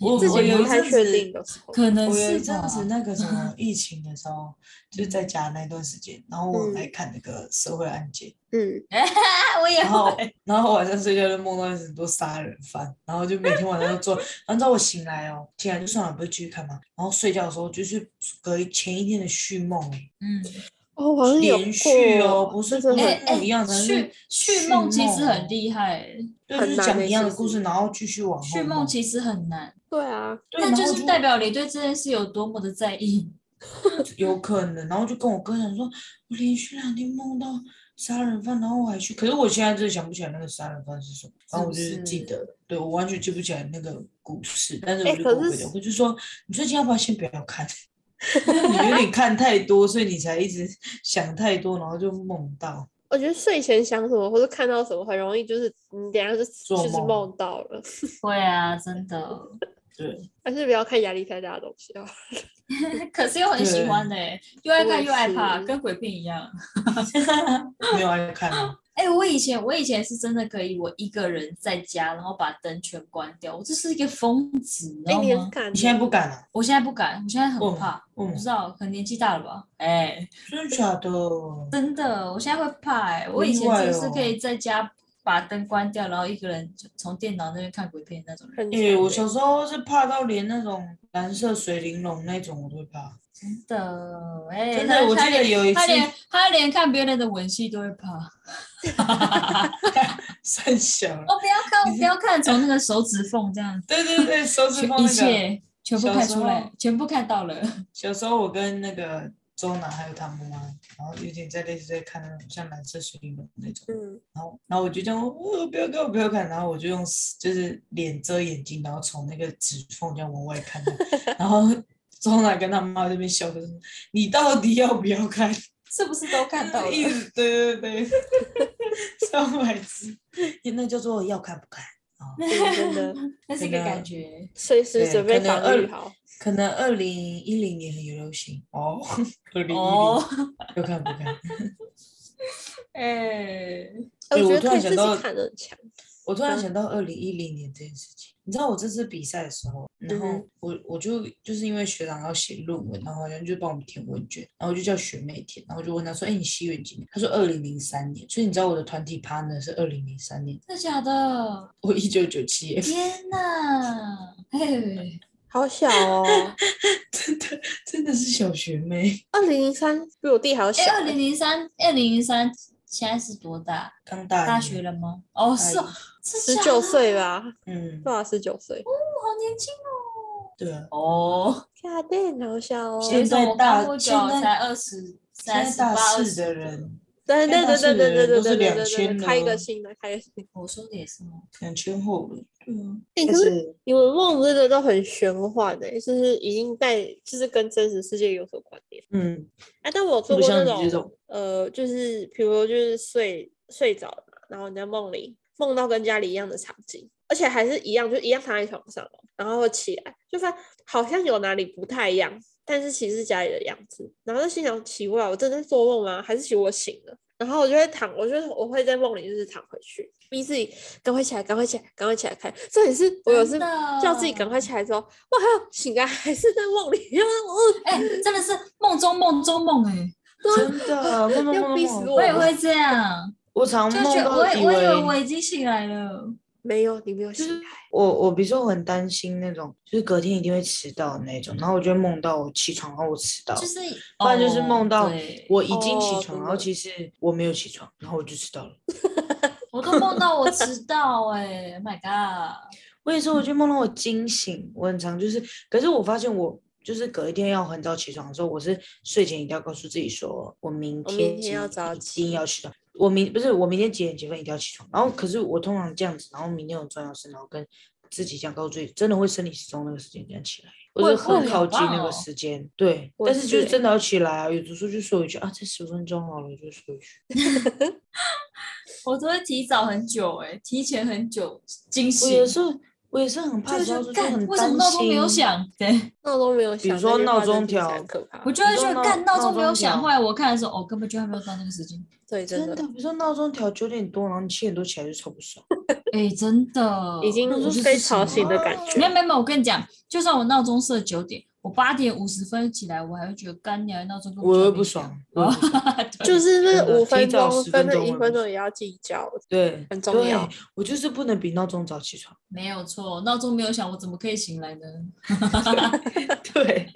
Speaker 2: 我
Speaker 3: 自
Speaker 2: 我
Speaker 3: 己
Speaker 2: 有
Speaker 3: 不
Speaker 2: 一
Speaker 3: 太
Speaker 2: 阵
Speaker 3: 确
Speaker 2: 子
Speaker 3: 定的时候，
Speaker 1: 可能
Speaker 2: 我有
Speaker 1: 是
Speaker 2: 一阵子
Speaker 1: 吧
Speaker 2: 那个什么疫情的时候，就是在家那段时间，然后我
Speaker 3: 嗯
Speaker 2: 来看那个社会案件，
Speaker 3: 嗯，
Speaker 1: 啊，我也
Speaker 2: 然后
Speaker 1: 会，
Speaker 2: 然后晚上睡觉就梦到很多杀人犯，然后就每天晚上都做， 然后你知道我醒来哦，醒来就算了，不是继续看吗？然后睡觉的时候就是隔一前一天的续梦欸，
Speaker 1: 嗯，
Speaker 3: 哦，我好像有
Speaker 2: 连续
Speaker 3: 过
Speaker 2: 哦，不是
Speaker 3: 真
Speaker 2: 不
Speaker 3: 的
Speaker 1: 哎
Speaker 2: 能
Speaker 3: 很
Speaker 1: 哎
Speaker 2: 不一样，可能是
Speaker 1: 续续
Speaker 2: 续
Speaker 1: 梦其实
Speaker 2: 梦哦
Speaker 1: 很厉害、欸，
Speaker 2: 对，
Speaker 3: 很
Speaker 2: 就是
Speaker 3: 难
Speaker 2: 讲
Speaker 3: 欸
Speaker 2: 一样
Speaker 3: 是
Speaker 2: 的
Speaker 3: 不
Speaker 2: 故事，
Speaker 3: 是
Speaker 2: 然后继续往后
Speaker 1: 续
Speaker 2: 弄
Speaker 1: 梦其实很难，
Speaker 3: 对啊，
Speaker 2: 对
Speaker 1: 那
Speaker 2: 然
Speaker 1: 就
Speaker 2: 后
Speaker 1: 是代表你对这件事有多么的在意。
Speaker 2: 有可能，然后就跟我哥讲说，我连续两天梦到杀人犯，然后我还去，可是我现在真的想不起来那个杀人犯是什么，然后我就是
Speaker 1: 不
Speaker 2: 是记
Speaker 1: 是
Speaker 2: 得，对我完全记不起来那个故事，但是
Speaker 3: 哎
Speaker 2: 我就
Speaker 3: 可
Speaker 2: 跟我
Speaker 3: 是
Speaker 2: 哥讲，我就说你最近要不要先不要看， 因为你 有点看太多，所以你才一直想太多，然后就梦到，
Speaker 3: 我觉得睡前想什么或者看到什么，很容易就是你等一下就
Speaker 2: 做
Speaker 3: 就是
Speaker 2: 梦
Speaker 3: 梦到了，
Speaker 1: 会啊，真的。
Speaker 2: 对，
Speaker 3: 还是不要看压力太大的东西啊。
Speaker 1: 可是又很喜欢呢、又爱看又害
Speaker 3: 我
Speaker 1: 怕，
Speaker 3: 也是
Speaker 1: 跟鬼片一样。
Speaker 2: 没有爱看啊吗？
Speaker 1: 哎、我以前我以前是真的可以，我一个人在家，然后把灯全关掉，我这是一个疯子，你知
Speaker 3: 哎、
Speaker 1: 道
Speaker 3: 你很
Speaker 1: 吗？
Speaker 3: 敢
Speaker 2: 哦你现在
Speaker 3: 欸
Speaker 2: 不敢了、啊，
Speaker 1: 我现在不敢，我现在
Speaker 2: 我
Speaker 1: 很怕，
Speaker 2: 我
Speaker 1: 我 不知道，可能年纪大了吧？哎、
Speaker 2: 真的假的？
Speaker 1: 真的，我现在会怕哎、
Speaker 2: 好
Speaker 1: 我
Speaker 2: 意
Speaker 1: 以前
Speaker 2: 外
Speaker 1: 真的是
Speaker 2: 哦
Speaker 1: 可以在家把灯关掉，然后一个人就从电脑那边看鬼片那种人，
Speaker 3: 很
Speaker 2: 哎、
Speaker 3: 强
Speaker 2: 我
Speaker 3: 欸
Speaker 2: 小时候是怕到连那种蓝色水玲珑那种我都会怕，
Speaker 1: 真的哎、
Speaker 2: 真的
Speaker 1: 他
Speaker 2: 我
Speaker 1: 他
Speaker 2: 记得
Speaker 1: 连
Speaker 2: 有一
Speaker 1: 他
Speaker 2: 次
Speaker 1: 连他连看别人的吻戏都会怕。 哦
Speaker 2: 三小了。
Speaker 1: 哦，不要看，
Speaker 2: 你
Speaker 1: 不要看，从那个手指缝这样，
Speaker 2: 对对对，手指
Speaker 1: 全
Speaker 2: 放
Speaker 1: 一
Speaker 2: 那个。
Speaker 1: 切全部看出
Speaker 2: 小时
Speaker 1: 来，全部看到了。
Speaker 2: 小时候我跟那个周南还有他妈妈，然后有点在类似在看那种像蓝色水晶的那种，
Speaker 3: 嗯，
Speaker 2: 然后然后我就这样，哦、不要看，我不要看，然后我就用就是脸遮眼睛，然后从那个指缝这样往外看，然后周南跟他妈这边笑着说：“你到底要不要看？”
Speaker 1: 是不是都看 到了？
Speaker 2: 一直对对 对，上百只，那叫做要看不看啊、哦
Speaker 3: 真的真的
Speaker 1: 那是一个感觉，
Speaker 3: 随时
Speaker 2: 对
Speaker 3: 准备
Speaker 2: 可能
Speaker 3: 防御
Speaker 2: 二
Speaker 3: 好。
Speaker 2: 可能二零一零年很有流行哦， 二零一
Speaker 1: 哦
Speaker 2: 零要看不看？
Speaker 1: 哎，
Speaker 3: 哎
Speaker 2: 对我
Speaker 3: 我觉
Speaker 2: 突
Speaker 3: 得可
Speaker 2: 然
Speaker 3: 以自
Speaker 2: 想
Speaker 3: 己
Speaker 2: 到
Speaker 3: 看得很强。
Speaker 2: 我突然想到二零一零年这件事情，你知道我这次比赛的时候，然
Speaker 3: 嗯
Speaker 2: 后
Speaker 3: 哼
Speaker 2: 我我就就是因为学长要写论文，然后好像就帮我们填问卷，然后我就叫学妹填，然后我就问她说：“哎、你西元几年？”她说：“二零零三年。”所以你知道我的团体 partner 是二零零三年，
Speaker 1: 真的假的？
Speaker 2: 我一九九七 耶，
Speaker 1: 天哪！哎，
Speaker 3: 好小哦，
Speaker 2: 真的真的是小学妹，
Speaker 3: 二零零三比我弟还要小
Speaker 1: 哎，二
Speaker 3: 欸、
Speaker 1: 零零三，二零零三，现在是多大？
Speaker 2: 刚大一
Speaker 1: 大学了吗？哦，
Speaker 2: 呃
Speaker 1: 是哦，
Speaker 3: 十
Speaker 1: 十
Speaker 3: 九，岁吧，
Speaker 2: 嗯，
Speaker 3: 对啊，十九岁。
Speaker 1: 我好年轻哦。
Speaker 2: 对啊，
Speaker 1: 哦，
Speaker 3: God damn，好小哦！
Speaker 2: 现在
Speaker 1: 我
Speaker 2: 大
Speaker 1: 刚不久
Speaker 2: 现在
Speaker 1: 才二十，
Speaker 2: 现
Speaker 1: 才
Speaker 2: 在
Speaker 1: 十
Speaker 2: 大
Speaker 1: 八二
Speaker 2: 四
Speaker 1: 十
Speaker 2: 的。人，
Speaker 3: 对
Speaker 2: 现在
Speaker 3: 对对
Speaker 2: 大
Speaker 3: 对
Speaker 2: 四的
Speaker 3: 对对
Speaker 2: 人
Speaker 3: 对
Speaker 2: 都
Speaker 3: 对
Speaker 2: 是
Speaker 3: 对
Speaker 2: 两
Speaker 3: 对
Speaker 2: 千
Speaker 3: 对，
Speaker 2: 了
Speaker 3: 开一
Speaker 2: 哦
Speaker 3: 个新的，开一个 新的。
Speaker 1: 我说的也是吗？
Speaker 2: 两千后了，对啊，
Speaker 3: 哎、
Speaker 2: 但
Speaker 3: 可是
Speaker 2: 是
Speaker 3: 你们梦真的都很玄幻的、就是已经带，就是跟真实世界有所关联。
Speaker 2: 嗯，
Speaker 3: 哎、但我有做
Speaker 2: 不
Speaker 3: 过
Speaker 2: 像
Speaker 3: 那
Speaker 2: 你
Speaker 3: 种，
Speaker 2: 这种，
Speaker 3: 呃，就是比如就是睡睡着了嘛，然后你在梦里梦到跟家里一样的场景，而且还是一样，就一样躺在床上哦，然后起来就发现好像有哪里不太一样，但是其实是家里的样子。然后就心想奇怪，我真的在做梦吗？还是其实我醒了？然后我就会躺，我就我会在梦里就是躺回去，逼自己赶快起来，赶快起来，赶快起来看。这也是我有时
Speaker 1: 真的
Speaker 3: 叫自己赶快起来之后，哇，还有醒来还是在梦里， 然后我
Speaker 1: 哎、真的是梦中梦中梦哎、
Speaker 2: 真
Speaker 1: 啊
Speaker 2: 的，梦梦
Speaker 3: 要
Speaker 2: 梦
Speaker 3: 逼
Speaker 2: 梦
Speaker 3: 死
Speaker 2: 梦
Speaker 1: 我也
Speaker 3: 了
Speaker 1: 会这样，
Speaker 2: 我常
Speaker 1: 就
Speaker 2: 梦
Speaker 1: 觉得
Speaker 2: 到
Speaker 1: 我也
Speaker 2: 以
Speaker 1: 我以为
Speaker 2: 为
Speaker 1: 我已经醒来了，
Speaker 3: 没有，你没有醒
Speaker 2: 是
Speaker 3: 来。
Speaker 2: 我我比如说我很担心那种，就是隔天一定会迟到的那种，然后我就会梦到我起床后我迟到，
Speaker 1: 就是
Speaker 2: 不然就是梦到
Speaker 1: 哦对
Speaker 2: 我已经起
Speaker 3: 哦
Speaker 2: 床，
Speaker 3: 真
Speaker 2: 然后
Speaker 3: 的
Speaker 2: 其实我没有起床，然后我就迟到了。
Speaker 1: 我都梦到我迟到哎、m y God！
Speaker 2: 我也是，我就梦到我惊醒，我很常就是，可是我发现我就是隔一天要很早起床的时候，我是睡前一定要告诉自己说，我明
Speaker 3: 我明
Speaker 2: 天
Speaker 3: 天要
Speaker 2: 几
Speaker 3: 早
Speaker 2: 一定要起床。我明不是我明天几点几分一定要起床，然后可是我通常这样子，然后明天有重要事，然后跟自己这样告诉自己，真的会生理时钟那个时间这样起来，
Speaker 1: 我
Speaker 2: 我是
Speaker 1: 也会
Speaker 2: 很靠
Speaker 1: 好
Speaker 2: 近那
Speaker 1: 棒
Speaker 2: 个
Speaker 1: 哦
Speaker 2: 时间，对，
Speaker 3: 我
Speaker 2: 但是就是是
Speaker 3: 欸
Speaker 2: 真的要起来啊，有的时候就说一句啊，才十分钟好了，就说一句，
Speaker 1: 我都会提早很久哎、提前很久惊
Speaker 2: 我
Speaker 1: 喜，
Speaker 2: 也是我也是很怕
Speaker 1: 就
Speaker 2: 这样
Speaker 1: 是
Speaker 2: 子，
Speaker 1: 干
Speaker 2: 很
Speaker 1: 为什么
Speaker 2: 担
Speaker 1: 闹钟没有
Speaker 2: 心？
Speaker 1: 响？对，
Speaker 3: 闹钟没有响，
Speaker 2: 比如说
Speaker 3: 这句话
Speaker 2: 闹钟
Speaker 3: 真的
Speaker 2: 条
Speaker 3: 是很可怕
Speaker 1: 我。就会
Speaker 2: 你
Speaker 1: 觉
Speaker 2: 说
Speaker 1: 得
Speaker 2: 闹
Speaker 1: 干闹钟没有响，
Speaker 2: 闹钟响
Speaker 1: 后来我看的时候，哦，根本就还没有到那个时间，
Speaker 3: 对，真
Speaker 2: 真
Speaker 3: 的
Speaker 2: 的，比如说闹钟调九点多，然后你七点多起来就超不 爽。
Speaker 1: 哎、真的
Speaker 3: 已经
Speaker 2: 闹钟是
Speaker 3: 被
Speaker 2: 什
Speaker 3: 吵醒的
Speaker 2: 么
Speaker 3: 感
Speaker 1: 没有
Speaker 3: 觉。
Speaker 1: 没有没有，我跟你讲，就算我闹钟设九点，我八点五十分起来，我还会觉得干娘闹钟根本
Speaker 2: 我
Speaker 1: 就
Speaker 2: 又
Speaker 1: 没
Speaker 2: 不
Speaker 1: 响
Speaker 2: 爽我又
Speaker 1: 哦
Speaker 2: 不
Speaker 1: 对
Speaker 3: 就是那
Speaker 2: 真的
Speaker 3: 五分
Speaker 2: 提早
Speaker 3: 钟
Speaker 2: 10分
Speaker 3: 跟那
Speaker 2: 钟
Speaker 3: 一
Speaker 2: 了
Speaker 3: 分钟也要计较。
Speaker 2: 对，
Speaker 3: 很重
Speaker 2: 对
Speaker 3: 要。
Speaker 2: 我就是不能比闹钟早起床。
Speaker 1: 没有错，闹钟没有响，我怎么可以醒来呢？
Speaker 2: 对，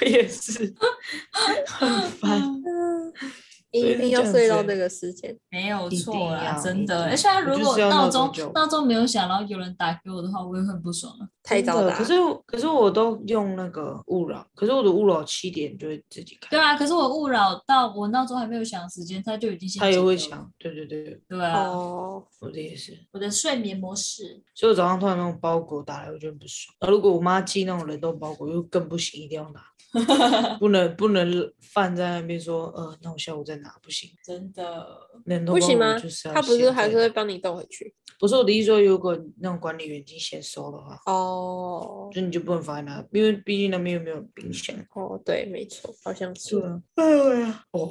Speaker 2: 我也是，很烦。
Speaker 3: 嗯，
Speaker 2: 所以
Speaker 3: 一
Speaker 2: 是
Speaker 3: 定
Speaker 2: 这
Speaker 3: 要
Speaker 2: 样
Speaker 3: 睡
Speaker 2: 子
Speaker 3: 到
Speaker 2: 欸
Speaker 3: 那个时间。
Speaker 1: 没有
Speaker 2: 一定
Speaker 1: 错啦，
Speaker 2: 要
Speaker 1: 真
Speaker 2: 一
Speaker 1: 的。
Speaker 2: 定
Speaker 1: 而且他
Speaker 2: 要
Speaker 1: 如
Speaker 2: 我就是
Speaker 1: 果
Speaker 2: 要
Speaker 1: 闹
Speaker 2: 闹钟
Speaker 1: 钟
Speaker 2: 就
Speaker 1: 闹钟没有响，然后有人打给我的话，我也会很不爽啊。
Speaker 3: 太
Speaker 2: 真
Speaker 3: 早
Speaker 2: 的
Speaker 3: 打，
Speaker 2: 可是我可是我都用那个勿扰，可是我的勿扰七点就会自己开，
Speaker 1: 对啊，可是我勿扰到我闹钟还没有响的时间，他就已经先
Speaker 2: 它也
Speaker 1: 接
Speaker 2: 会
Speaker 1: 了。
Speaker 2: 响。对对对，
Speaker 1: 对啊，
Speaker 3: 哦，
Speaker 2: 我的也是。
Speaker 1: 我的睡眠模式
Speaker 2: 所以我早上突然那种包裹打来，我就很不爽。然后如果我妈寄那种冷冻包裹，又更不行，一定要 拿，不能不能放在那边说，呃，那我下午再拿，不行。
Speaker 1: 真的
Speaker 2: 冷冻
Speaker 3: 不
Speaker 2: 包
Speaker 3: 行
Speaker 2: 裹
Speaker 3: 吗
Speaker 2: 就是？要
Speaker 3: 他不是
Speaker 2: 现
Speaker 3: 还
Speaker 2: 在
Speaker 3: 是会帮你倒回去？
Speaker 2: 不是我的意思说，如果那种管理员已经先收的话，
Speaker 3: 哦，
Speaker 2: 就你就不能放在那，因为毕竟那边又没有冰箱。
Speaker 3: 哦，对，没错，好像是
Speaker 2: 嗯对啊，哎呀，哦，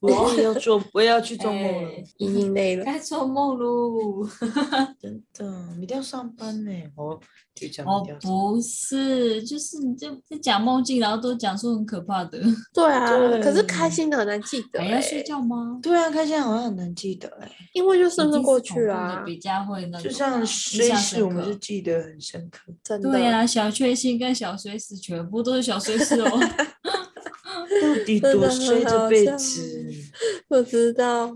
Speaker 2: 我也要做，我也要去做梦了
Speaker 1: 哎，
Speaker 3: 已经累 了。
Speaker 1: 该做梦喽。
Speaker 2: 真的，你一定要上班呢。哦，就这样，
Speaker 1: 哦
Speaker 2: 一定要，上
Speaker 1: 不是，就是你这在讲梦境，然后都讲说很可怕的，
Speaker 3: 对啊，可是开
Speaker 2: 对
Speaker 3: 心的很难记得
Speaker 1: 还
Speaker 3: 欸，
Speaker 1: 哎要睡觉吗？
Speaker 2: 对啊，看现在好像很难记得哎，
Speaker 3: 因为就
Speaker 1: 已
Speaker 3: 顺
Speaker 1: 经
Speaker 3: 着
Speaker 1: 是
Speaker 3: 过
Speaker 1: 恐
Speaker 3: 去啊
Speaker 1: 怖的
Speaker 3: 啦，
Speaker 1: 比较会那
Speaker 2: 就
Speaker 1: 种
Speaker 2: 像
Speaker 3: 啊
Speaker 1: 吧
Speaker 2: 虽是我们
Speaker 1: 刻
Speaker 2: 是记得很深刻。
Speaker 3: 真的。
Speaker 1: 对啊呀、小确幸跟小衰事全部都是小衰事 哦。
Speaker 2: 到底
Speaker 3: 真
Speaker 2: 多
Speaker 3: 的很
Speaker 2: 衰这
Speaker 3: 好
Speaker 2: 辈
Speaker 3: 笑
Speaker 2: 子？
Speaker 3: 我知道，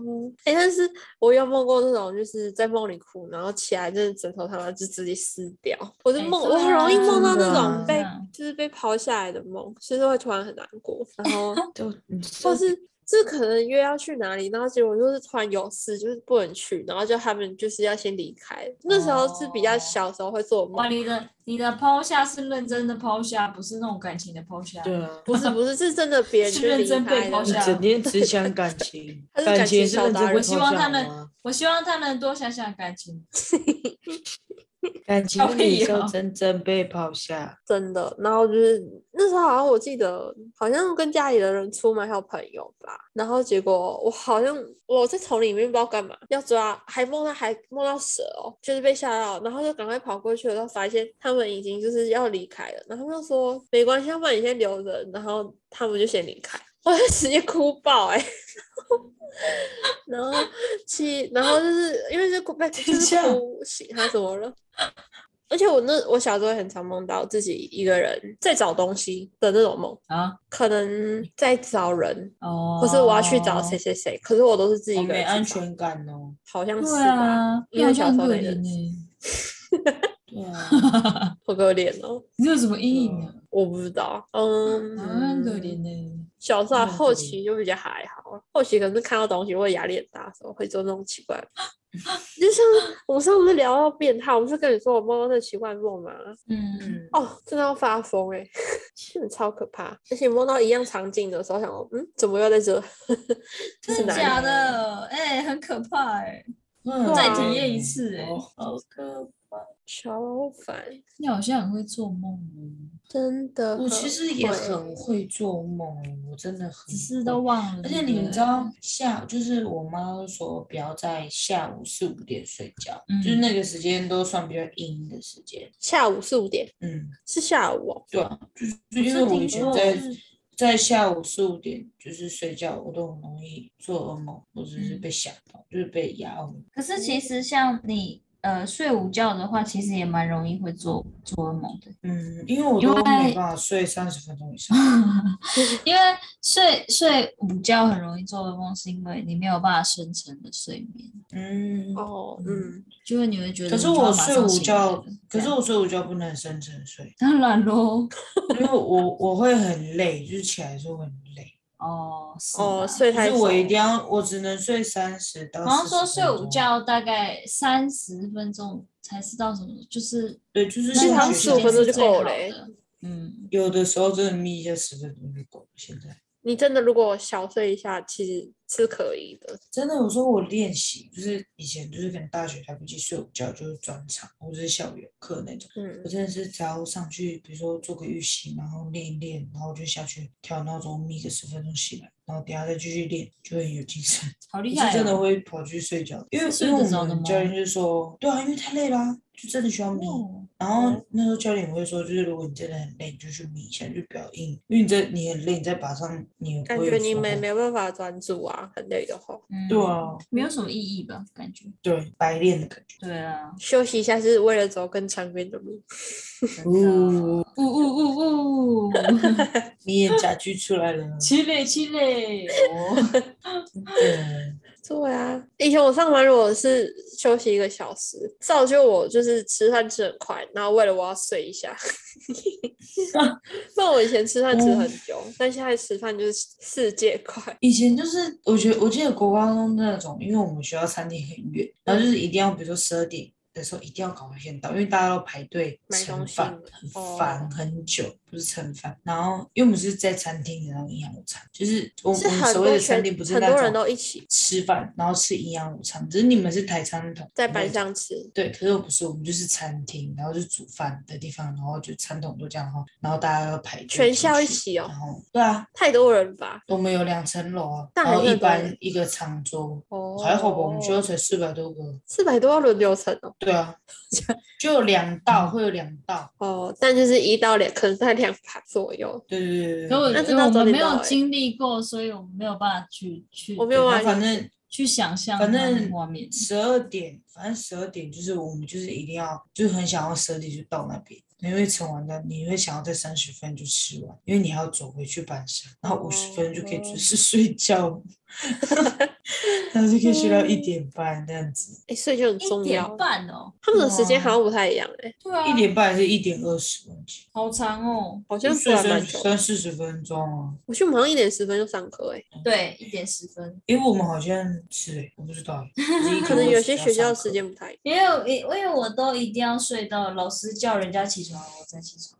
Speaker 3: 哎、但是我有梦过那种，就是在梦里哭，然后起来就是枕头他妈就直接撕掉。我就
Speaker 1: 哎
Speaker 3: 梦，
Speaker 1: 对
Speaker 3: 我很容易
Speaker 1: 啊
Speaker 3: 梦到
Speaker 2: 真
Speaker 3: 那
Speaker 2: 的
Speaker 3: 种被、
Speaker 1: 啊
Speaker 3: 就是被抛下来的梦，其实会突然很难过，然后
Speaker 2: 就你
Speaker 3: 或
Speaker 2: 这
Speaker 3: 是就是可能约要去哪里，然后结果就是突然有事，就是不能去，然后就他们就是要先离开。那时候是比较
Speaker 1: 哦
Speaker 3: 小时候会做梦
Speaker 1: 哇，，你的你的抛下是认真的抛下，不是那种感情的抛下。
Speaker 2: 对啊，
Speaker 3: 不是不是是真的别人
Speaker 1: 是
Speaker 3: 就
Speaker 1: 认
Speaker 3: 离
Speaker 1: 真被
Speaker 3: 开
Speaker 1: 抛
Speaker 3: 的
Speaker 2: 你
Speaker 1: 下
Speaker 3: 那
Speaker 1: 对
Speaker 3: 种。
Speaker 1: 啊
Speaker 2: 整天只想感情
Speaker 3: 他，是
Speaker 2: 感情
Speaker 3: 感情
Speaker 2: 也是
Speaker 3: 小
Speaker 2: 认
Speaker 3: 达
Speaker 2: 真
Speaker 3: 人
Speaker 2: 会
Speaker 1: 我希
Speaker 2: 抛
Speaker 1: 望
Speaker 2: 下
Speaker 1: 他
Speaker 2: 好
Speaker 1: 能
Speaker 2: 吗
Speaker 1: 我希望他能多想想感情。
Speaker 2: 感情
Speaker 1: 哎
Speaker 2: 也是
Speaker 1: 呦
Speaker 2: 要真正被抛下，
Speaker 3: 真的，然后就是那时候好像我记得，好像跟家里的人出门还有朋友吧，然后结果我好像我在丛林里面不知道干嘛，要抓，还梦到还梦到蛇哦，就是被吓到，然后就赶快跑过去了，然后发现他们已经就是要离开了，然后他们就说没关系，要不然你先留着，然后他们就先离开，我就直接哭爆哎、然后气，然后就是因为是 哭被就
Speaker 2: 等一
Speaker 3: 是
Speaker 2: 下
Speaker 3: 哭醒，他怎么了？而且我那我小时候也很常梦到自己一个人在找东西的那种梦，
Speaker 1: 啊
Speaker 3: 可能在找人，
Speaker 1: 哦，
Speaker 3: 或是我要去找谁？谁谁，可是我都是自己
Speaker 2: 好
Speaker 3: 一个
Speaker 2: 哦没啊
Speaker 3: 人
Speaker 2: 安
Speaker 3: 去找，
Speaker 2: 全感哦。
Speaker 3: 好像是
Speaker 1: 对
Speaker 3: 吧？
Speaker 1: 啊，
Speaker 3: 因
Speaker 1: 你
Speaker 3: 为
Speaker 1: 好
Speaker 3: 小
Speaker 1: 像很
Speaker 3: 时候
Speaker 1: 可
Speaker 3: 那
Speaker 1: 怜欸
Speaker 3: 个
Speaker 1: 呢、
Speaker 2: 对 啊，
Speaker 3: 好可怜哦，
Speaker 1: 你有什么阴影啊？
Speaker 3: 我不知道，
Speaker 1: 好像很
Speaker 3: 嗯，
Speaker 1: 可怜呢、
Speaker 3: 小时候
Speaker 2: 真的很
Speaker 3: 后
Speaker 2: 可
Speaker 3: 期就比较还好，后期可能是看到东西或者压力很大的时候会做那种奇怪的梦， 就像我们上次聊到变态，我不是跟你说我梦到那奇怪的梦吗？
Speaker 1: 嗯，
Speaker 2: 嗯，
Speaker 3: 哦，真的要发疯 哎、真的超可怕！而且梦到一样场景的时候， 想说，嗯，怎么又在这？这是
Speaker 1: 真的
Speaker 3: 哪里？
Speaker 1: 假的？哎、很可怕哎、
Speaker 2: 嗯
Speaker 1: 再体验一次、欸，
Speaker 2: 哦
Speaker 1: 好可怕！
Speaker 3: 超烦，
Speaker 1: 你好像很会做梦哦，
Speaker 3: 真的很
Speaker 2: 我
Speaker 3: 会。
Speaker 2: 其实也很会做梦，哦我真的很
Speaker 1: 只是
Speaker 2: 会
Speaker 1: 都忘了。
Speaker 2: 而且
Speaker 1: 对不
Speaker 2: 你
Speaker 1: 对
Speaker 2: 知，道下，就是我妈都说不要在下午四五点睡觉，就是
Speaker 1: 嗯
Speaker 2: 那个时间都算比较阴的时间。
Speaker 3: 下午四五点
Speaker 2: 嗯，
Speaker 3: 是下午哦，
Speaker 2: 对啊，就是就是因
Speaker 1: 是
Speaker 2: 为我
Speaker 1: 听
Speaker 2: 以前
Speaker 1: 说
Speaker 2: 在
Speaker 1: 是
Speaker 2: 在下午四五点就是睡觉，我都很容易做噩梦，或者是
Speaker 1: 嗯
Speaker 2: 被吓到，就是被压到。
Speaker 1: 可是其实像你呃睡午觉的话，其实也蛮容易会做做噩梦的。
Speaker 2: 嗯，因为我
Speaker 1: 因
Speaker 2: 都
Speaker 1: 为
Speaker 2: 没办法睡三十分钟以 上。
Speaker 1: 因为睡睡午觉很容易做噩梦，是因为你没有办法深层的睡眠，
Speaker 2: 嗯，
Speaker 3: 哦，
Speaker 2: 嗯
Speaker 3: 嗯，
Speaker 1: 就是你会觉得。
Speaker 2: 可是我睡午觉，
Speaker 1: 可，
Speaker 2: 可是我睡午觉不能深层睡
Speaker 1: 当然喽。
Speaker 2: 因为我我会很累，就是起来的时候会很 累。
Speaker 1: 哦，是
Speaker 3: 哦，
Speaker 1: 吧
Speaker 3: 睡
Speaker 2: 可
Speaker 3: 太
Speaker 2: 是我一
Speaker 3: 熟
Speaker 2: 定要，我只能睡三十到40分钟。
Speaker 1: 好像说睡午觉大概三十分钟才是到什么，就是
Speaker 2: 对，就
Speaker 1: 那
Speaker 2: 是
Speaker 3: 其实
Speaker 1: 个
Speaker 3: 好像
Speaker 2: 上
Speaker 1: 时
Speaker 2: 学
Speaker 3: 15
Speaker 1: 间
Speaker 3: 分
Speaker 2: 前
Speaker 3: 钟
Speaker 1: 是
Speaker 3: 就
Speaker 1: 最
Speaker 3: 够
Speaker 1: 好
Speaker 3: 了欸
Speaker 1: 的。嗯，
Speaker 2: 有的时候真的眯一下十分钟就够了。现在
Speaker 3: 你真的如果小睡一下，其实是可以的。
Speaker 2: 真的，有时候我练习，就是以前就是可能大学来不及睡午觉，就是专场或者是校园课那种。
Speaker 3: 嗯
Speaker 2: 我，真的是只要上去，比如说做个预习，然后练一练，然后我就下去调闹钟，眯个十分钟醒来，然后等一下再继续练，就会很有精神。
Speaker 1: 好
Speaker 2: 我
Speaker 1: 厉害、哦！
Speaker 2: 是真的会跑去睡觉的，因为
Speaker 1: 睡
Speaker 2: 因为
Speaker 1: 得着
Speaker 2: 我
Speaker 1: 的
Speaker 2: 们
Speaker 1: 吗
Speaker 2: 教练就说，对啊，因为太累啦、就真的需要眯。
Speaker 1: 哦
Speaker 2: 然后那时候教练也会说，就是如果你真的很累，你就去眯一下，就不要硬，因为你在你很累，你在拔上你也
Speaker 3: 感
Speaker 2: 不会
Speaker 3: 觉
Speaker 2: 有
Speaker 3: 你
Speaker 2: 收
Speaker 3: 没
Speaker 2: 获
Speaker 3: 没有办法专注啊，很累的话，
Speaker 1: 嗯
Speaker 2: 对啊，
Speaker 1: 没有什么意义吧？感觉
Speaker 2: 对白练的感觉。
Speaker 1: 对啊，
Speaker 3: 休息一下是为了走更长远的路。
Speaker 1: 真的，哦呜呜呜呜，
Speaker 2: 你也假剧出来了，
Speaker 1: 七嘞七嘞，哦，
Speaker 2: 对，
Speaker 3: 对啊，以前我上班如果是休息一个小时，造就我就是吃饭吃很快，然后为了我要睡一下。 那我以前吃饭
Speaker 2: 哦
Speaker 3: 吃很久，但现在吃饭就是世界快。
Speaker 2: 以前就是我觉得我记得国高中那种，因为我们学校餐厅很远，然后就是一定要比如说十二点的时候一定要赶快先到，因为大家都排队
Speaker 3: 买
Speaker 2: 盛
Speaker 3: 东西
Speaker 2: 饭，
Speaker 3: 哦
Speaker 2: 很烦很久，不是盛饭。然后因为我们是在餐厅，然后营养午餐，就是我我
Speaker 3: 是
Speaker 2: 们
Speaker 3: 很
Speaker 2: 所谓
Speaker 3: 多
Speaker 2: 的餐
Speaker 3: 全
Speaker 2: 厅不是
Speaker 3: 很多
Speaker 2: 那
Speaker 3: 人
Speaker 2: 种
Speaker 3: 都一起
Speaker 2: 吃饭然后吃营养午餐，只是你们是台餐桶
Speaker 3: 在
Speaker 2: 我
Speaker 3: 班
Speaker 2: 们
Speaker 3: 上吃，
Speaker 2: 对，可是我不是，我们就是餐厅，然后就煮饭的地方，然后就餐桶都这样哈，然后大家要排队
Speaker 3: 全
Speaker 2: 进
Speaker 3: 校一
Speaker 2: 去
Speaker 3: 起哦
Speaker 2: 然后对啊，
Speaker 3: 太多人吧？
Speaker 2: 我们有两层楼啊，
Speaker 3: 那
Speaker 2: 然后
Speaker 3: 还
Speaker 2: 一
Speaker 3: 是很多
Speaker 2: 般
Speaker 3: 人
Speaker 2: 一个长桌，
Speaker 3: 哦，
Speaker 2: 还好吧，我们学校才四百多个，
Speaker 3: 四百多要轮流乘哦。
Speaker 2: 对啊，就有两道，会有两道，
Speaker 3: 哦，但就是一到两，可能在两排左右。
Speaker 2: 对对对对
Speaker 1: 可我
Speaker 2: 对。
Speaker 3: 那真
Speaker 1: 因
Speaker 3: 的
Speaker 1: 为
Speaker 3: 要
Speaker 1: 我
Speaker 3: 早
Speaker 1: 们
Speaker 3: 点
Speaker 1: 没
Speaker 3: 到
Speaker 1: 有
Speaker 3: 欸
Speaker 1: 经历过，所以我们没有办法去去
Speaker 3: 我没有
Speaker 2: 然
Speaker 3: 办
Speaker 2: 后
Speaker 3: 法
Speaker 2: 反
Speaker 3: 理解
Speaker 2: 正
Speaker 1: 去想象
Speaker 2: 反
Speaker 1: 那个
Speaker 2: 正
Speaker 1: 画面。
Speaker 2: 十二点，反正十二点就是我们就是一定要，就是很想要十二点就到那边，因为吃完的你会想要在三十分就吃完，因为你还要走回去半山，然后五十分就可以准时 睡觉，然后就可以睡到一点半这样子，
Speaker 3: 哎，睡就很
Speaker 1: 一
Speaker 3: 重
Speaker 1: 点
Speaker 3: 要。
Speaker 1: 半哦，
Speaker 3: 他们的时间
Speaker 2: 哇
Speaker 3: 好像不太一样哎，
Speaker 1: 对啊，
Speaker 2: 一点半还是一点二十，忘记
Speaker 1: 好长哦，
Speaker 3: 好
Speaker 2: 就
Speaker 3: 像
Speaker 2: 睡
Speaker 3: 睡
Speaker 2: 三
Speaker 3: 蛮久的。
Speaker 2: 三四十分钟啊，
Speaker 3: 我去，我们好像一点十分就上课哎、
Speaker 1: 对，一点十分。
Speaker 2: 因为我们好像是、欸，我不知道欸， 就是一
Speaker 3: 可能
Speaker 2: 点
Speaker 3: 有
Speaker 2: 二
Speaker 3: 些
Speaker 2: 十
Speaker 3: 学
Speaker 2: 要
Speaker 3: 校
Speaker 2: 上课
Speaker 3: 时间不太一样。
Speaker 1: 因为我因为我都一定要睡到老师叫人家起床，我才起床。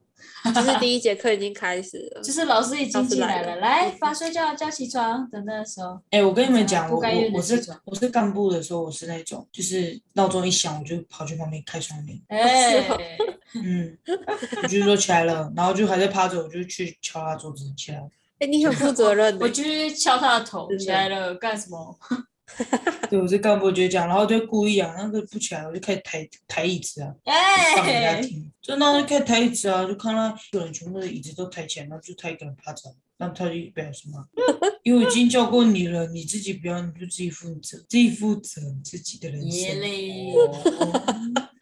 Speaker 3: 就是第一节课已经开始了
Speaker 1: 就，是老师已
Speaker 3: 老
Speaker 1: 经
Speaker 3: 师
Speaker 1: 进来
Speaker 3: 来了
Speaker 1: 了，来把睡觉叫起床的那时 候，
Speaker 2: 哎、我跟你们
Speaker 1: 嗯
Speaker 2: 讲，
Speaker 1: 不
Speaker 2: 我
Speaker 1: 甘
Speaker 2: 我
Speaker 1: 愿的
Speaker 2: 我是
Speaker 1: 这种
Speaker 2: 我是干部的时候，我是那种，就是闹钟一响，我就跑去旁边开窗 帘，
Speaker 1: 哎、
Speaker 3: 是哦
Speaker 2: 嗯，我就说起来了，然后就还在趴着，我就去敲他桌子起来。
Speaker 3: 哎、你很负责任的、
Speaker 1: 我就去敲他的头，
Speaker 3: 真的
Speaker 1: 起来了干什么？
Speaker 2: 对，我是干部，我就这样，然后就故意啊，那个不起来，我就开始抬抬椅子啊，放给
Speaker 1: 哎、
Speaker 2: 他听，真的啊就开始抬椅子啊，就看到有人全部的椅子都抬起来，然后就他一个人趴着，然后他就表示嘛，因为我已经叫过你了，你自己不要，你就自己负责，自己负责你自己的人
Speaker 1: 耶
Speaker 2: 生。
Speaker 1: 嘞
Speaker 2: 哦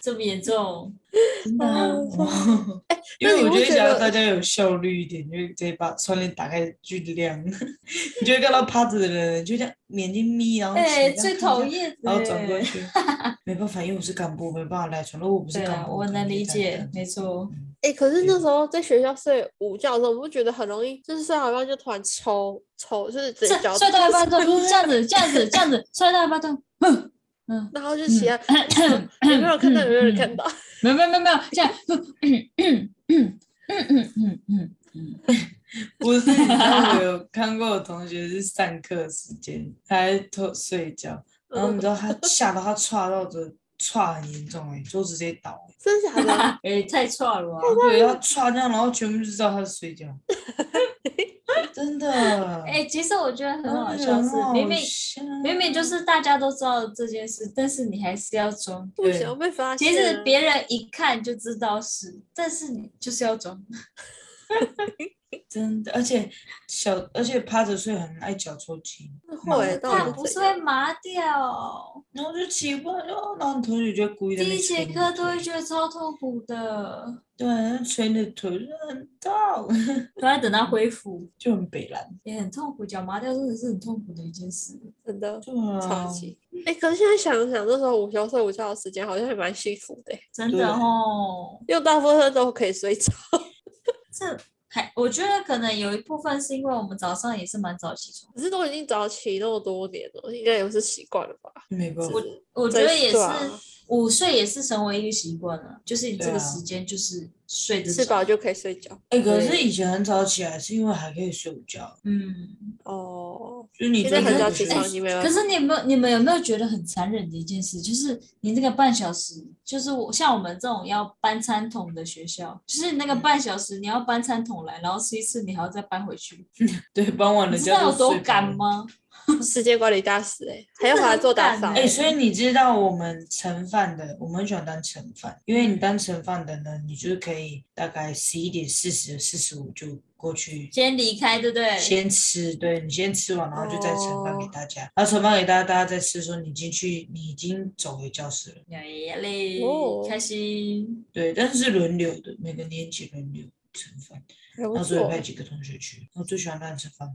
Speaker 1: 这么严重？
Speaker 3: 欸
Speaker 2: 真的啊，哦因
Speaker 3: 那
Speaker 2: 为
Speaker 3: 你
Speaker 2: 我觉
Speaker 3: 会
Speaker 2: 得
Speaker 3: 觉
Speaker 2: 想要
Speaker 3: 得
Speaker 2: 大家有效率一点，就直接把窗帘打开巨亮， 你就会看到趴着的人就这样眼睛眯，然后起
Speaker 1: 哎、
Speaker 2: 来这
Speaker 1: 最
Speaker 2: 样看
Speaker 1: 讨
Speaker 2: 一下，
Speaker 1: 厌的
Speaker 2: 然后转过
Speaker 1: 欸。
Speaker 2: 去，没办法，因为我是干部，没办法赖床。如果我不是
Speaker 1: 对
Speaker 2: 干
Speaker 1: 啊，
Speaker 2: 部，
Speaker 1: 我
Speaker 2: 可
Speaker 1: 能
Speaker 2: 就
Speaker 1: 理
Speaker 2: 这
Speaker 1: 解
Speaker 2: 样，
Speaker 1: 没错。
Speaker 2: 嗯
Speaker 3: 哎、可是
Speaker 2: 对
Speaker 3: 那时候在学校睡午觉的时候，我不觉得很容易，就是睡好一半就突然抽抽，就是
Speaker 1: 这
Speaker 3: 嘴角
Speaker 1: 睡到一半就这样子，这样子，这样子，睡到一半就嗯嗯。
Speaker 3: 然后就
Speaker 1: 嗯
Speaker 3: 起来。有没有看到？有没有人看到？
Speaker 1: 没有没有没有没有，这样，嗯嗯嗯嗯嗯嗯嗯嗯，
Speaker 2: 不是，你知道我有看过我同学是上课时间他还偷睡觉，
Speaker 1: 嗯
Speaker 2: 然
Speaker 3: 嗯
Speaker 2: 后你知 道他吓到他岔到的岔很严重哎、桌子直接 倒、欸，
Speaker 3: 真假的？
Speaker 1: 哎、太差了吧？
Speaker 2: 对，他岔这样，然后全部就知道他在 睡觉，真的。
Speaker 1: 哎、其实我觉得很好笑
Speaker 2: 真的
Speaker 1: 是
Speaker 2: 很，好
Speaker 1: 明明
Speaker 2: 笑
Speaker 1: 明明就是大家都知道这件事，但是你还是要装。
Speaker 3: 不想被发现
Speaker 1: 其
Speaker 3: 啊。
Speaker 1: 实别人一看就知道是，但是你就是要装。
Speaker 2: 真的，而且小而且趴着睡很爱脚抽筋，
Speaker 3: 会，但
Speaker 1: 它
Speaker 3: 我
Speaker 1: 不是会麻掉，
Speaker 2: 然后就起不来，哦然后你同学就故意在那
Speaker 1: 第一
Speaker 2: 边捶
Speaker 1: 节
Speaker 2: 你
Speaker 1: 课
Speaker 2: 腿
Speaker 1: 都会觉得超痛苦的，
Speaker 2: 对，那捶你的腿就很痛，
Speaker 1: 然后等它恢复
Speaker 2: 就很北蓝，
Speaker 1: 也很痛苦，脚麻掉真的是很痛苦的一件事。
Speaker 3: 真的
Speaker 2: 对啊，
Speaker 3: 超级。哎、可是现在想想，那时候午休睡午觉的时间好像还蛮幸福的欸，
Speaker 1: 真
Speaker 2: 对
Speaker 1: 的哦，
Speaker 3: 因为大部分都可以睡着。
Speaker 1: 这还我觉得可能有一部分是因为我们早上也是蛮早起床，
Speaker 3: 可是都已经早起那么多年了，应该也是习惯了吧？
Speaker 2: 没办法，
Speaker 1: 我觉得
Speaker 3: 真
Speaker 1: 也
Speaker 3: 是
Speaker 1: 是
Speaker 3: 啊
Speaker 1: 午睡也是成为一个习惯了，就是你这
Speaker 2: 对啊
Speaker 1: 个时间就是睡得着
Speaker 3: 吃饱就可以睡觉。
Speaker 2: 哎、可是
Speaker 1: 对
Speaker 2: 以前很早起来是因为还可以睡午觉，
Speaker 1: 嗯，
Speaker 3: 哦，
Speaker 2: 就是你
Speaker 3: 现在
Speaker 2: 真的
Speaker 3: 很早
Speaker 2: 不
Speaker 3: 起哎
Speaker 2: 睡
Speaker 3: 床，你没有
Speaker 1: 可？是你有没有你们有没有觉得很残忍的一件事，就是你那个半小时，就是我像我们这种要搬餐桶的学校，就是你那个半小时你要搬餐桶来，然后吃一次，你还要再搬回去，
Speaker 2: 对，傍晚
Speaker 1: 你
Speaker 2: 人
Speaker 1: 知
Speaker 2: 家
Speaker 1: 道
Speaker 2: 都
Speaker 1: 有多
Speaker 2: 睡饱
Speaker 1: 赶
Speaker 2: 了？
Speaker 1: 吗？
Speaker 3: 时间管理大师哎、还要
Speaker 1: 真
Speaker 3: 回
Speaker 1: 的
Speaker 3: 来
Speaker 1: 很
Speaker 3: 做打
Speaker 1: 赶
Speaker 3: 扫
Speaker 2: 哎、
Speaker 1: 欸
Speaker 3: 欸。
Speaker 2: 所以你知道我们盛饭的，我们很喜欢当盛饭，因为你当盛饭的呢，你就是可以大概十一点四十、四十五就过去
Speaker 1: 先离开，对不对？
Speaker 2: 先吃，对你先吃完，然后就再盛
Speaker 3: 哦
Speaker 2: 饭给大家，然后盛饭给大家，大家再吃的时候，你进去，你已经走回教室了，
Speaker 1: 呀嘞
Speaker 3: 哦，
Speaker 1: 开心。
Speaker 2: 对，但是是轮流的，每个年级轮流盛饭，
Speaker 3: 还不
Speaker 2: 然后所以
Speaker 3: 错
Speaker 2: 我哦派几个同学去，我最喜欢让人吃饭，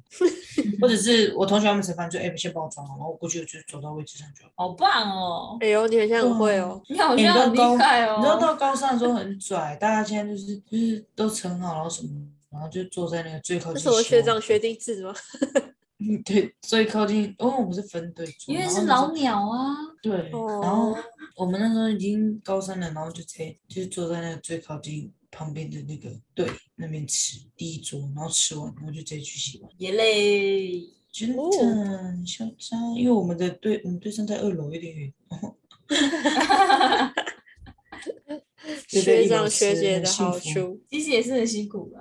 Speaker 2: 或者是我同学他们吃饭就哎、先帮我装好，然后我过去就走到位置上就好。
Speaker 1: 好棒哦！
Speaker 3: 哎呦，你很像会哦，
Speaker 1: 你好
Speaker 2: 欸你
Speaker 1: 像
Speaker 2: 知道
Speaker 1: 很
Speaker 2: 高
Speaker 1: 厉害
Speaker 2: 你知道
Speaker 1: 哦。
Speaker 2: 到高三的时候很拽，大家现在就是就是都盛好然后什么，然后就坐在那个最靠
Speaker 3: 那
Speaker 2: 近
Speaker 3: 什么学
Speaker 2: 小
Speaker 3: 长学弟制吗？
Speaker 2: 嗯对最靠近，哦，我们是分队坐，
Speaker 1: 因为
Speaker 2: 然
Speaker 1: 是
Speaker 2: 后
Speaker 1: 老鸟啊，
Speaker 2: 对，
Speaker 3: 哦
Speaker 2: 然后我们那时候已经高三了，然后就直接就是坐在那个最靠近旁边的那个队那边吃第一桌，然后吃完然后就直接去洗碗，
Speaker 1: 也累。
Speaker 2: 真
Speaker 3: 哦
Speaker 2: 的很嚣张，因为我们的队我们队上在二楼有点远，哦 然后就在
Speaker 3: 学
Speaker 2: 一楼
Speaker 3: 长学
Speaker 2: 吃
Speaker 3: 姐
Speaker 2: 很
Speaker 3: 的
Speaker 2: 幸
Speaker 3: 好
Speaker 2: 福
Speaker 3: 处，
Speaker 1: 其实也是很辛苦啦，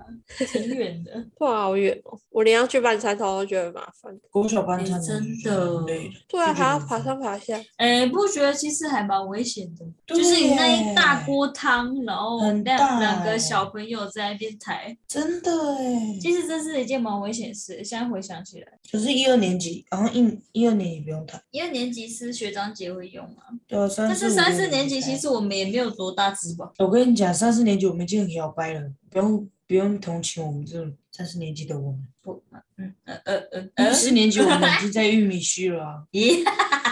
Speaker 1: 挺远的。
Speaker 3: 哇，好远哦！我连要去办餐头都觉得麻烦。
Speaker 2: 国小班
Speaker 1: 哎
Speaker 2: 上
Speaker 1: 真的
Speaker 2: 累的，
Speaker 3: 对啊，
Speaker 2: 就觉
Speaker 3: 还要
Speaker 2: 得
Speaker 3: 爬
Speaker 2: 很
Speaker 3: 上爬下，
Speaker 2: 啊
Speaker 1: 哎，不觉得其实还蛮危险的，
Speaker 2: 对
Speaker 1: 就是你那一大锅汤，然后
Speaker 2: 很大
Speaker 1: 两两
Speaker 2: 哎
Speaker 1: 个小朋友在那边抬，
Speaker 2: 真的哎。
Speaker 1: 其实这是一件蛮危险的事。现在回想起来，
Speaker 2: 可是，一二年级，然后一一二年级不用谈，
Speaker 1: 因为年级是学长姐会用嘛，
Speaker 2: 对啊，三
Speaker 1: 但
Speaker 2: 四
Speaker 1: 是
Speaker 2: 五
Speaker 1: 三
Speaker 2: 六
Speaker 1: 四年级
Speaker 2: 才
Speaker 1: 其实我们也没有多大资本。
Speaker 2: 我跟你讲，三四年级我们已经很摇摆了，不用不用同情我们这种三四年级的我们。
Speaker 1: 不， 嗯呃呃呃呃
Speaker 2: 呃，，四年级我们已经在玉米须 了、啊，
Speaker 1: 咦。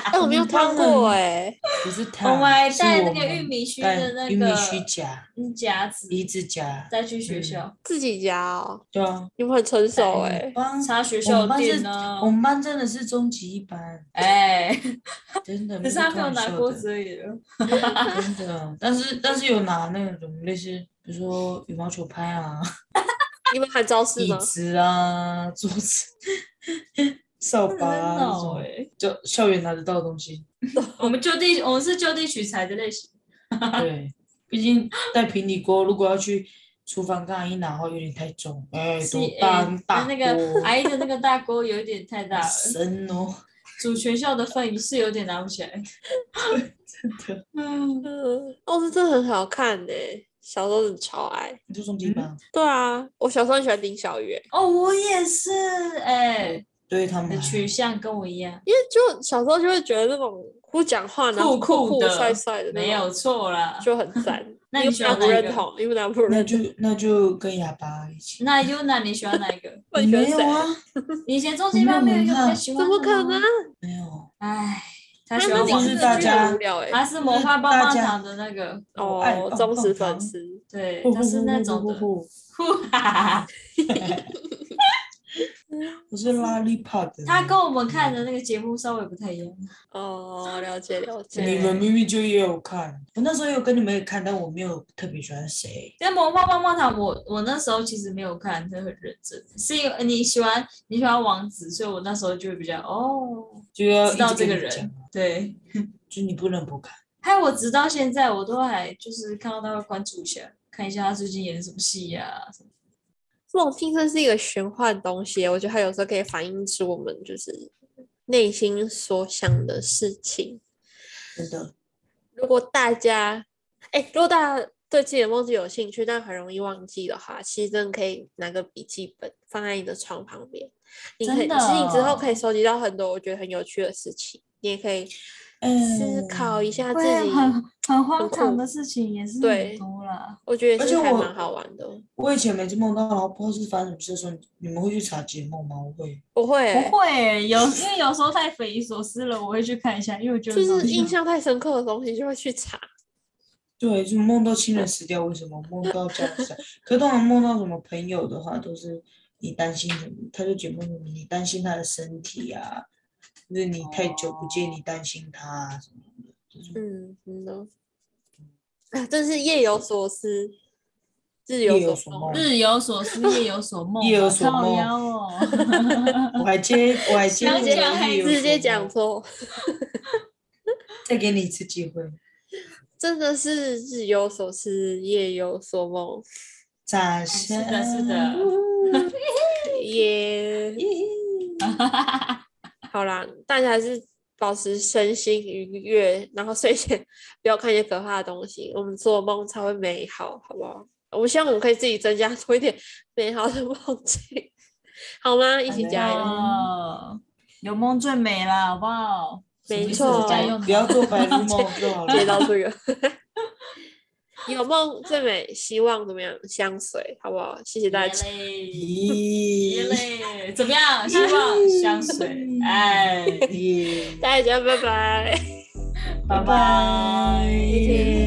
Speaker 3: 哎，我没有
Speaker 2: 嗯他
Speaker 3: 烫过
Speaker 2: 们
Speaker 3: 哎，
Speaker 2: 不是他，
Speaker 1: 我们还
Speaker 2: 是
Speaker 1: 带那
Speaker 2: 我
Speaker 1: 个玉
Speaker 2: 们
Speaker 1: 米须
Speaker 2: 带
Speaker 1: 的那
Speaker 2: 玉米
Speaker 1: 个
Speaker 2: 须夹、
Speaker 1: 嗯夹子，
Speaker 2: 梨子夹，
Speaker 1: 再去学
Speaker 2: 嗯
Speaker 1: 校
Speaker 3: 自己家哦，
Speaker 2: 对啊。
Speaker 3: 你们很成熟
Speaker 2: 我们
Speaker 3: 哎，
Speaker 2: 班
Speaker 1: 查学
Speaker 2: 我们
Speaker 1: 校
Speaker 2: 班
Speaker 1: 店
Speaker 2: 是
Speaker 1: 呢
Speaker 2: 我。们班真的是终极一班，
Speaker 1: 哎，
Speaker 2: 真的。
Speaker 1: 可是他没有
Speaker 2: 开玩
Speaker 1: 拿
Speaker 2: 笑
Speaker 1: 锅
Speaker 2: 的
Speaker 1: 子而已了。
Speaker 2: 真的，但是但是有拿那种类似，比如说羽毛球拍啊、
Speaker 3: 你们喊招式
Speaker 2: 椅
Speaker 3: 吗？
Speaker 2: 子啊、桌子、扫
Speaker 1: 真
Speaker 2: 把
Speaker 1: 的很
Speaker 2: 啊这
Speaker 1: 闹
Speaker 2: 种，
Speaker 1: 哎！
Speaker 2: 就校园拿得到的 东西。
Speaker 1: 我们就地，我们是就地取材的类型。
Speaker 2: 对，毕竟带平底锅，如果要去厨房干一拿的话，有点太重，哎，
Speaker 1: 是
Speaker 2: 多
Speaker 1: 哎
Speaker 2: 大大
Speaker 1: 那
Speaker 2: 锅
Speaker 1: 个阿姨的那个大锅有一点太大
Speaker 2: 好
Speaker 1: 了，
Speaker 2: 深哦，
Speaker 1: 主全校的份是有点拿不起来。
Speaker 2: 真的，
Speaker 1: 嗯，
Speaker 3: 嗯，哦，这真的很好看呢，小时候真的超爱。
Speaker 2: 你就中级
Speaker 1: 嗯
Speaker 2: 班，
Speaker 3: 对啊，我小时候很喜欢林小鱼欸，
Speaker 1: 哦，我也是，哎，
Speaker 2: 对他
Speaker 1: 你
Speaker 2: 们啊
Speaker 1: 的
Speaker 2: 还
Speaker 1: 取向跟我一样，
Speaker 3: 因为就小时候就会觉得那种不讲话，然后
Speaker 1: 酷
Speaker 3: 酷
Speaker 1: 酷
Speaker 3: 酷
Speaker 1: 的
Speaker 3: 帅帅的那种，
Speaker 1: 没有错啦。
Speaker 3: 就很赞
Speaker 1: 。那
Speaker 3: 因
Speaker 1: 你
Speaker 3: 为
Speaker 1: 喜
Speaker 3: 大
Speaker 1: 欢哪
Speaker 3: 家不
Speaker 1: 一
Speaker 3: 认
Speaker 1: 个
Speaker 3: 同，因为大家不认
Speaker 2: 那
Speaker 3: 同。
Speaker 2: 就那就跟哑巴一起，
Speaker 1: 那 Yuna，你喜欢哪一 个？
Speaker 3: 我喜欢
Speaker 2: 没有
Speaker 3: 谁？
Speaker 2: 啊，
Speaker 1: 以前中间班没有一个比较喜
Speaker 3: 怎
Speaker 1: 欢的
Speaker 3: 么可
Speaker 1: 吗
Speaker 3: 能？？
Speaker 2: 没有，啊
Speaker 1: 唉，他
Speaker 3: 他
Speaker 1: 喜
Speaker 3: 那
Speaker 1: 欢
Speaker 2: 就
Speaker 1: 王
Speaker 2: 是
Speaker 1: 志
Speaker 2: 大
Speaker 1: 俊
Speaker 2: 家
Speaker 3: 无聊哎、
Speaker 1: 他是魔
Speaker 2: 是
Speaker 1: 幻棒
Speaker 2: 大
Speaker 1: 棒
Speaker 2: 家
Speaker 1: 糖的那个，
Speaker 2: 我爱
Speaker 3: 哦，
Speaker 2: 棒
Speaker 3: 忠实
Speaker 2: 棒糖
Speaker 3: 粉丝。
Speaker 1: 对，
Speaker 2: 不
Speaker 1: 他是那种
Speaker 2: 不
Speaker 1: 的，
Speaker 2: 不
Speaker 1: 呼哈哈哈，
Speaker 2: 我是 lollipop 的。
Speaker 1: 他跟我们看的那个节目稍微不太一样。
Speaker 3: 哦，了解了
Speaker 2: 你
Speaker 3: 解。
Speaker 2: 们明明就也有看，我那时候有跟你们也看，但我没有特别喜欢谁。
Speaker 1: 但《魔法棒棒糖》我，我那时候其实没有看，真的很认真，是因为你喜欢你喜欢王子，所以我那时候就会比较哦，
Speaker 2: 就要
Speaker 1: 知道
Speaker 2: 一直
Speaker 1: 这
Speaker 2: 跟
Speaker 1: 个
Speaker 2: 你讲啊
Speaker 1: 人，对。
Speaker 2: 就你不能不看。
Speaker 1: 还有我直到现在，我都还就是看到他会关注一下，看一下他最近演什么戏呀、什么
Speaker 3: 梦境真是一个玄幻的东西，我觉得它有时候可以反映出我们就是内心所想的事情。
Speaker 2: 真的，
Speaker 3: 如果大家，哎、如果大家对自己的梦境有兴趣，但很容易忘记的话，其实真的可以拿个笔记本放在你的床旁边，你可以，
Speaker 1: 真的
Speaker 3: 其实你之后可以收集到很多我觉得很有趣的事情，你也可以思
Speaker 2: 嗯
Speaker 3: 考一下自
Speaker 1: 会啊
Speaker 3: 己，
Speaker 1: 很很荒唐
Speaker 3: 酷
Speaker 1: 的事情也是
Speaker 3: 对
Speaker 1: 很多啦。
Speaker 3: 我觉得
Speaker 2: 而
Speaker 3: 是
Speaker 2: 且
Speaker 3: 还
Speaker 2: 我
Speaker 3: 蛮好玩的。
Speaker 2: 我以前每次梦到，然后不知道是发生什么事的时候，你们会去查解梦吗？我会。
Speaker 3: 不会欸、
Speaker 1: 不会欸、 有因为有时候太匪夷所思了，我会去看一下，因为我觉得
Speaker 3: 就是
Speaker 1: 很好
Speaker 3: 印
Speaker 1: 笑
Speaker 3: 象太深刻的东西就会去查。
Speaker 2: 对，就梦到亲人死掉，为什么梦到家人死掉？ 可通常梦到什么朋友的话，都是你担心什么，他就解梦什么，你担心他的身体啊，就是你太久不见，你担心他啊什么的。就是
Speaker 3: 嗯，真的。啊，真是夜有所思，日有
Speaker 2: 夜有
Speaker 3: 所
Speaker 2: 所
Speaker 3: 梦。
Speaker 2: 梦
Speaker 1: 日有所思，夜有所梦啊，
Speaker 2: 夜有所梦
Speaker 1: 靠腰哦。
Speaker 2: 我还接，我还接
Speaker 1: 想
Speaker 2: 那个
Speaker 1: 讲还
Speaker 2: 夜游
Speaker 3: 直接
Speaker 2: 所
Speaker 3: 讲
Speaker 2: 梦
Speaker 3: 错，
Speaker 2: 再给你一次机会，
Speaker 3: 真的是日有所思，夜有 所梦。
Speaker 2: 掌
Speaker 1: 哎是
Speaker 2: 声。
Speaker 1: 的，是的，
Speaker 3: 耶、 好啦，大家还是保持身心愉悦，然后睡前 不要看一些可怕的东西，我们做梦才会美好，好不好？我希望我们可以自己增加多一点美好的梦境，好吗？一
Speaker 2: 好
Speaker 3: 起
Speaker 2: 的
Speaker 3: 加油！
Speaker 1: 哦，有梦最美啦，好不好？
Speaker 3: 没
Speaker 1: 什么意思
Speaker 3: 错
Speaker 1: 家用的
Speaker 2: 不要做白日 梦就好
Speaker 3: 接
Speaker 2: 了。
Speaker 3: 到这个。 有梦最美，希望怎么样相随，好不好？谢谢大
Speaker 1: 耶
Speaker 3: 家，
Speaker 1: 嘞，耶
Speaker 2: 咦，
Speaker 1: 嘞，怎么样？希望 香水，哎，
Speaker 2: 耶，
Speaker 3: 大家拜拜。
Speaker 1: 拜
Speaker 2: 拜拜
Speaker 1: 拜。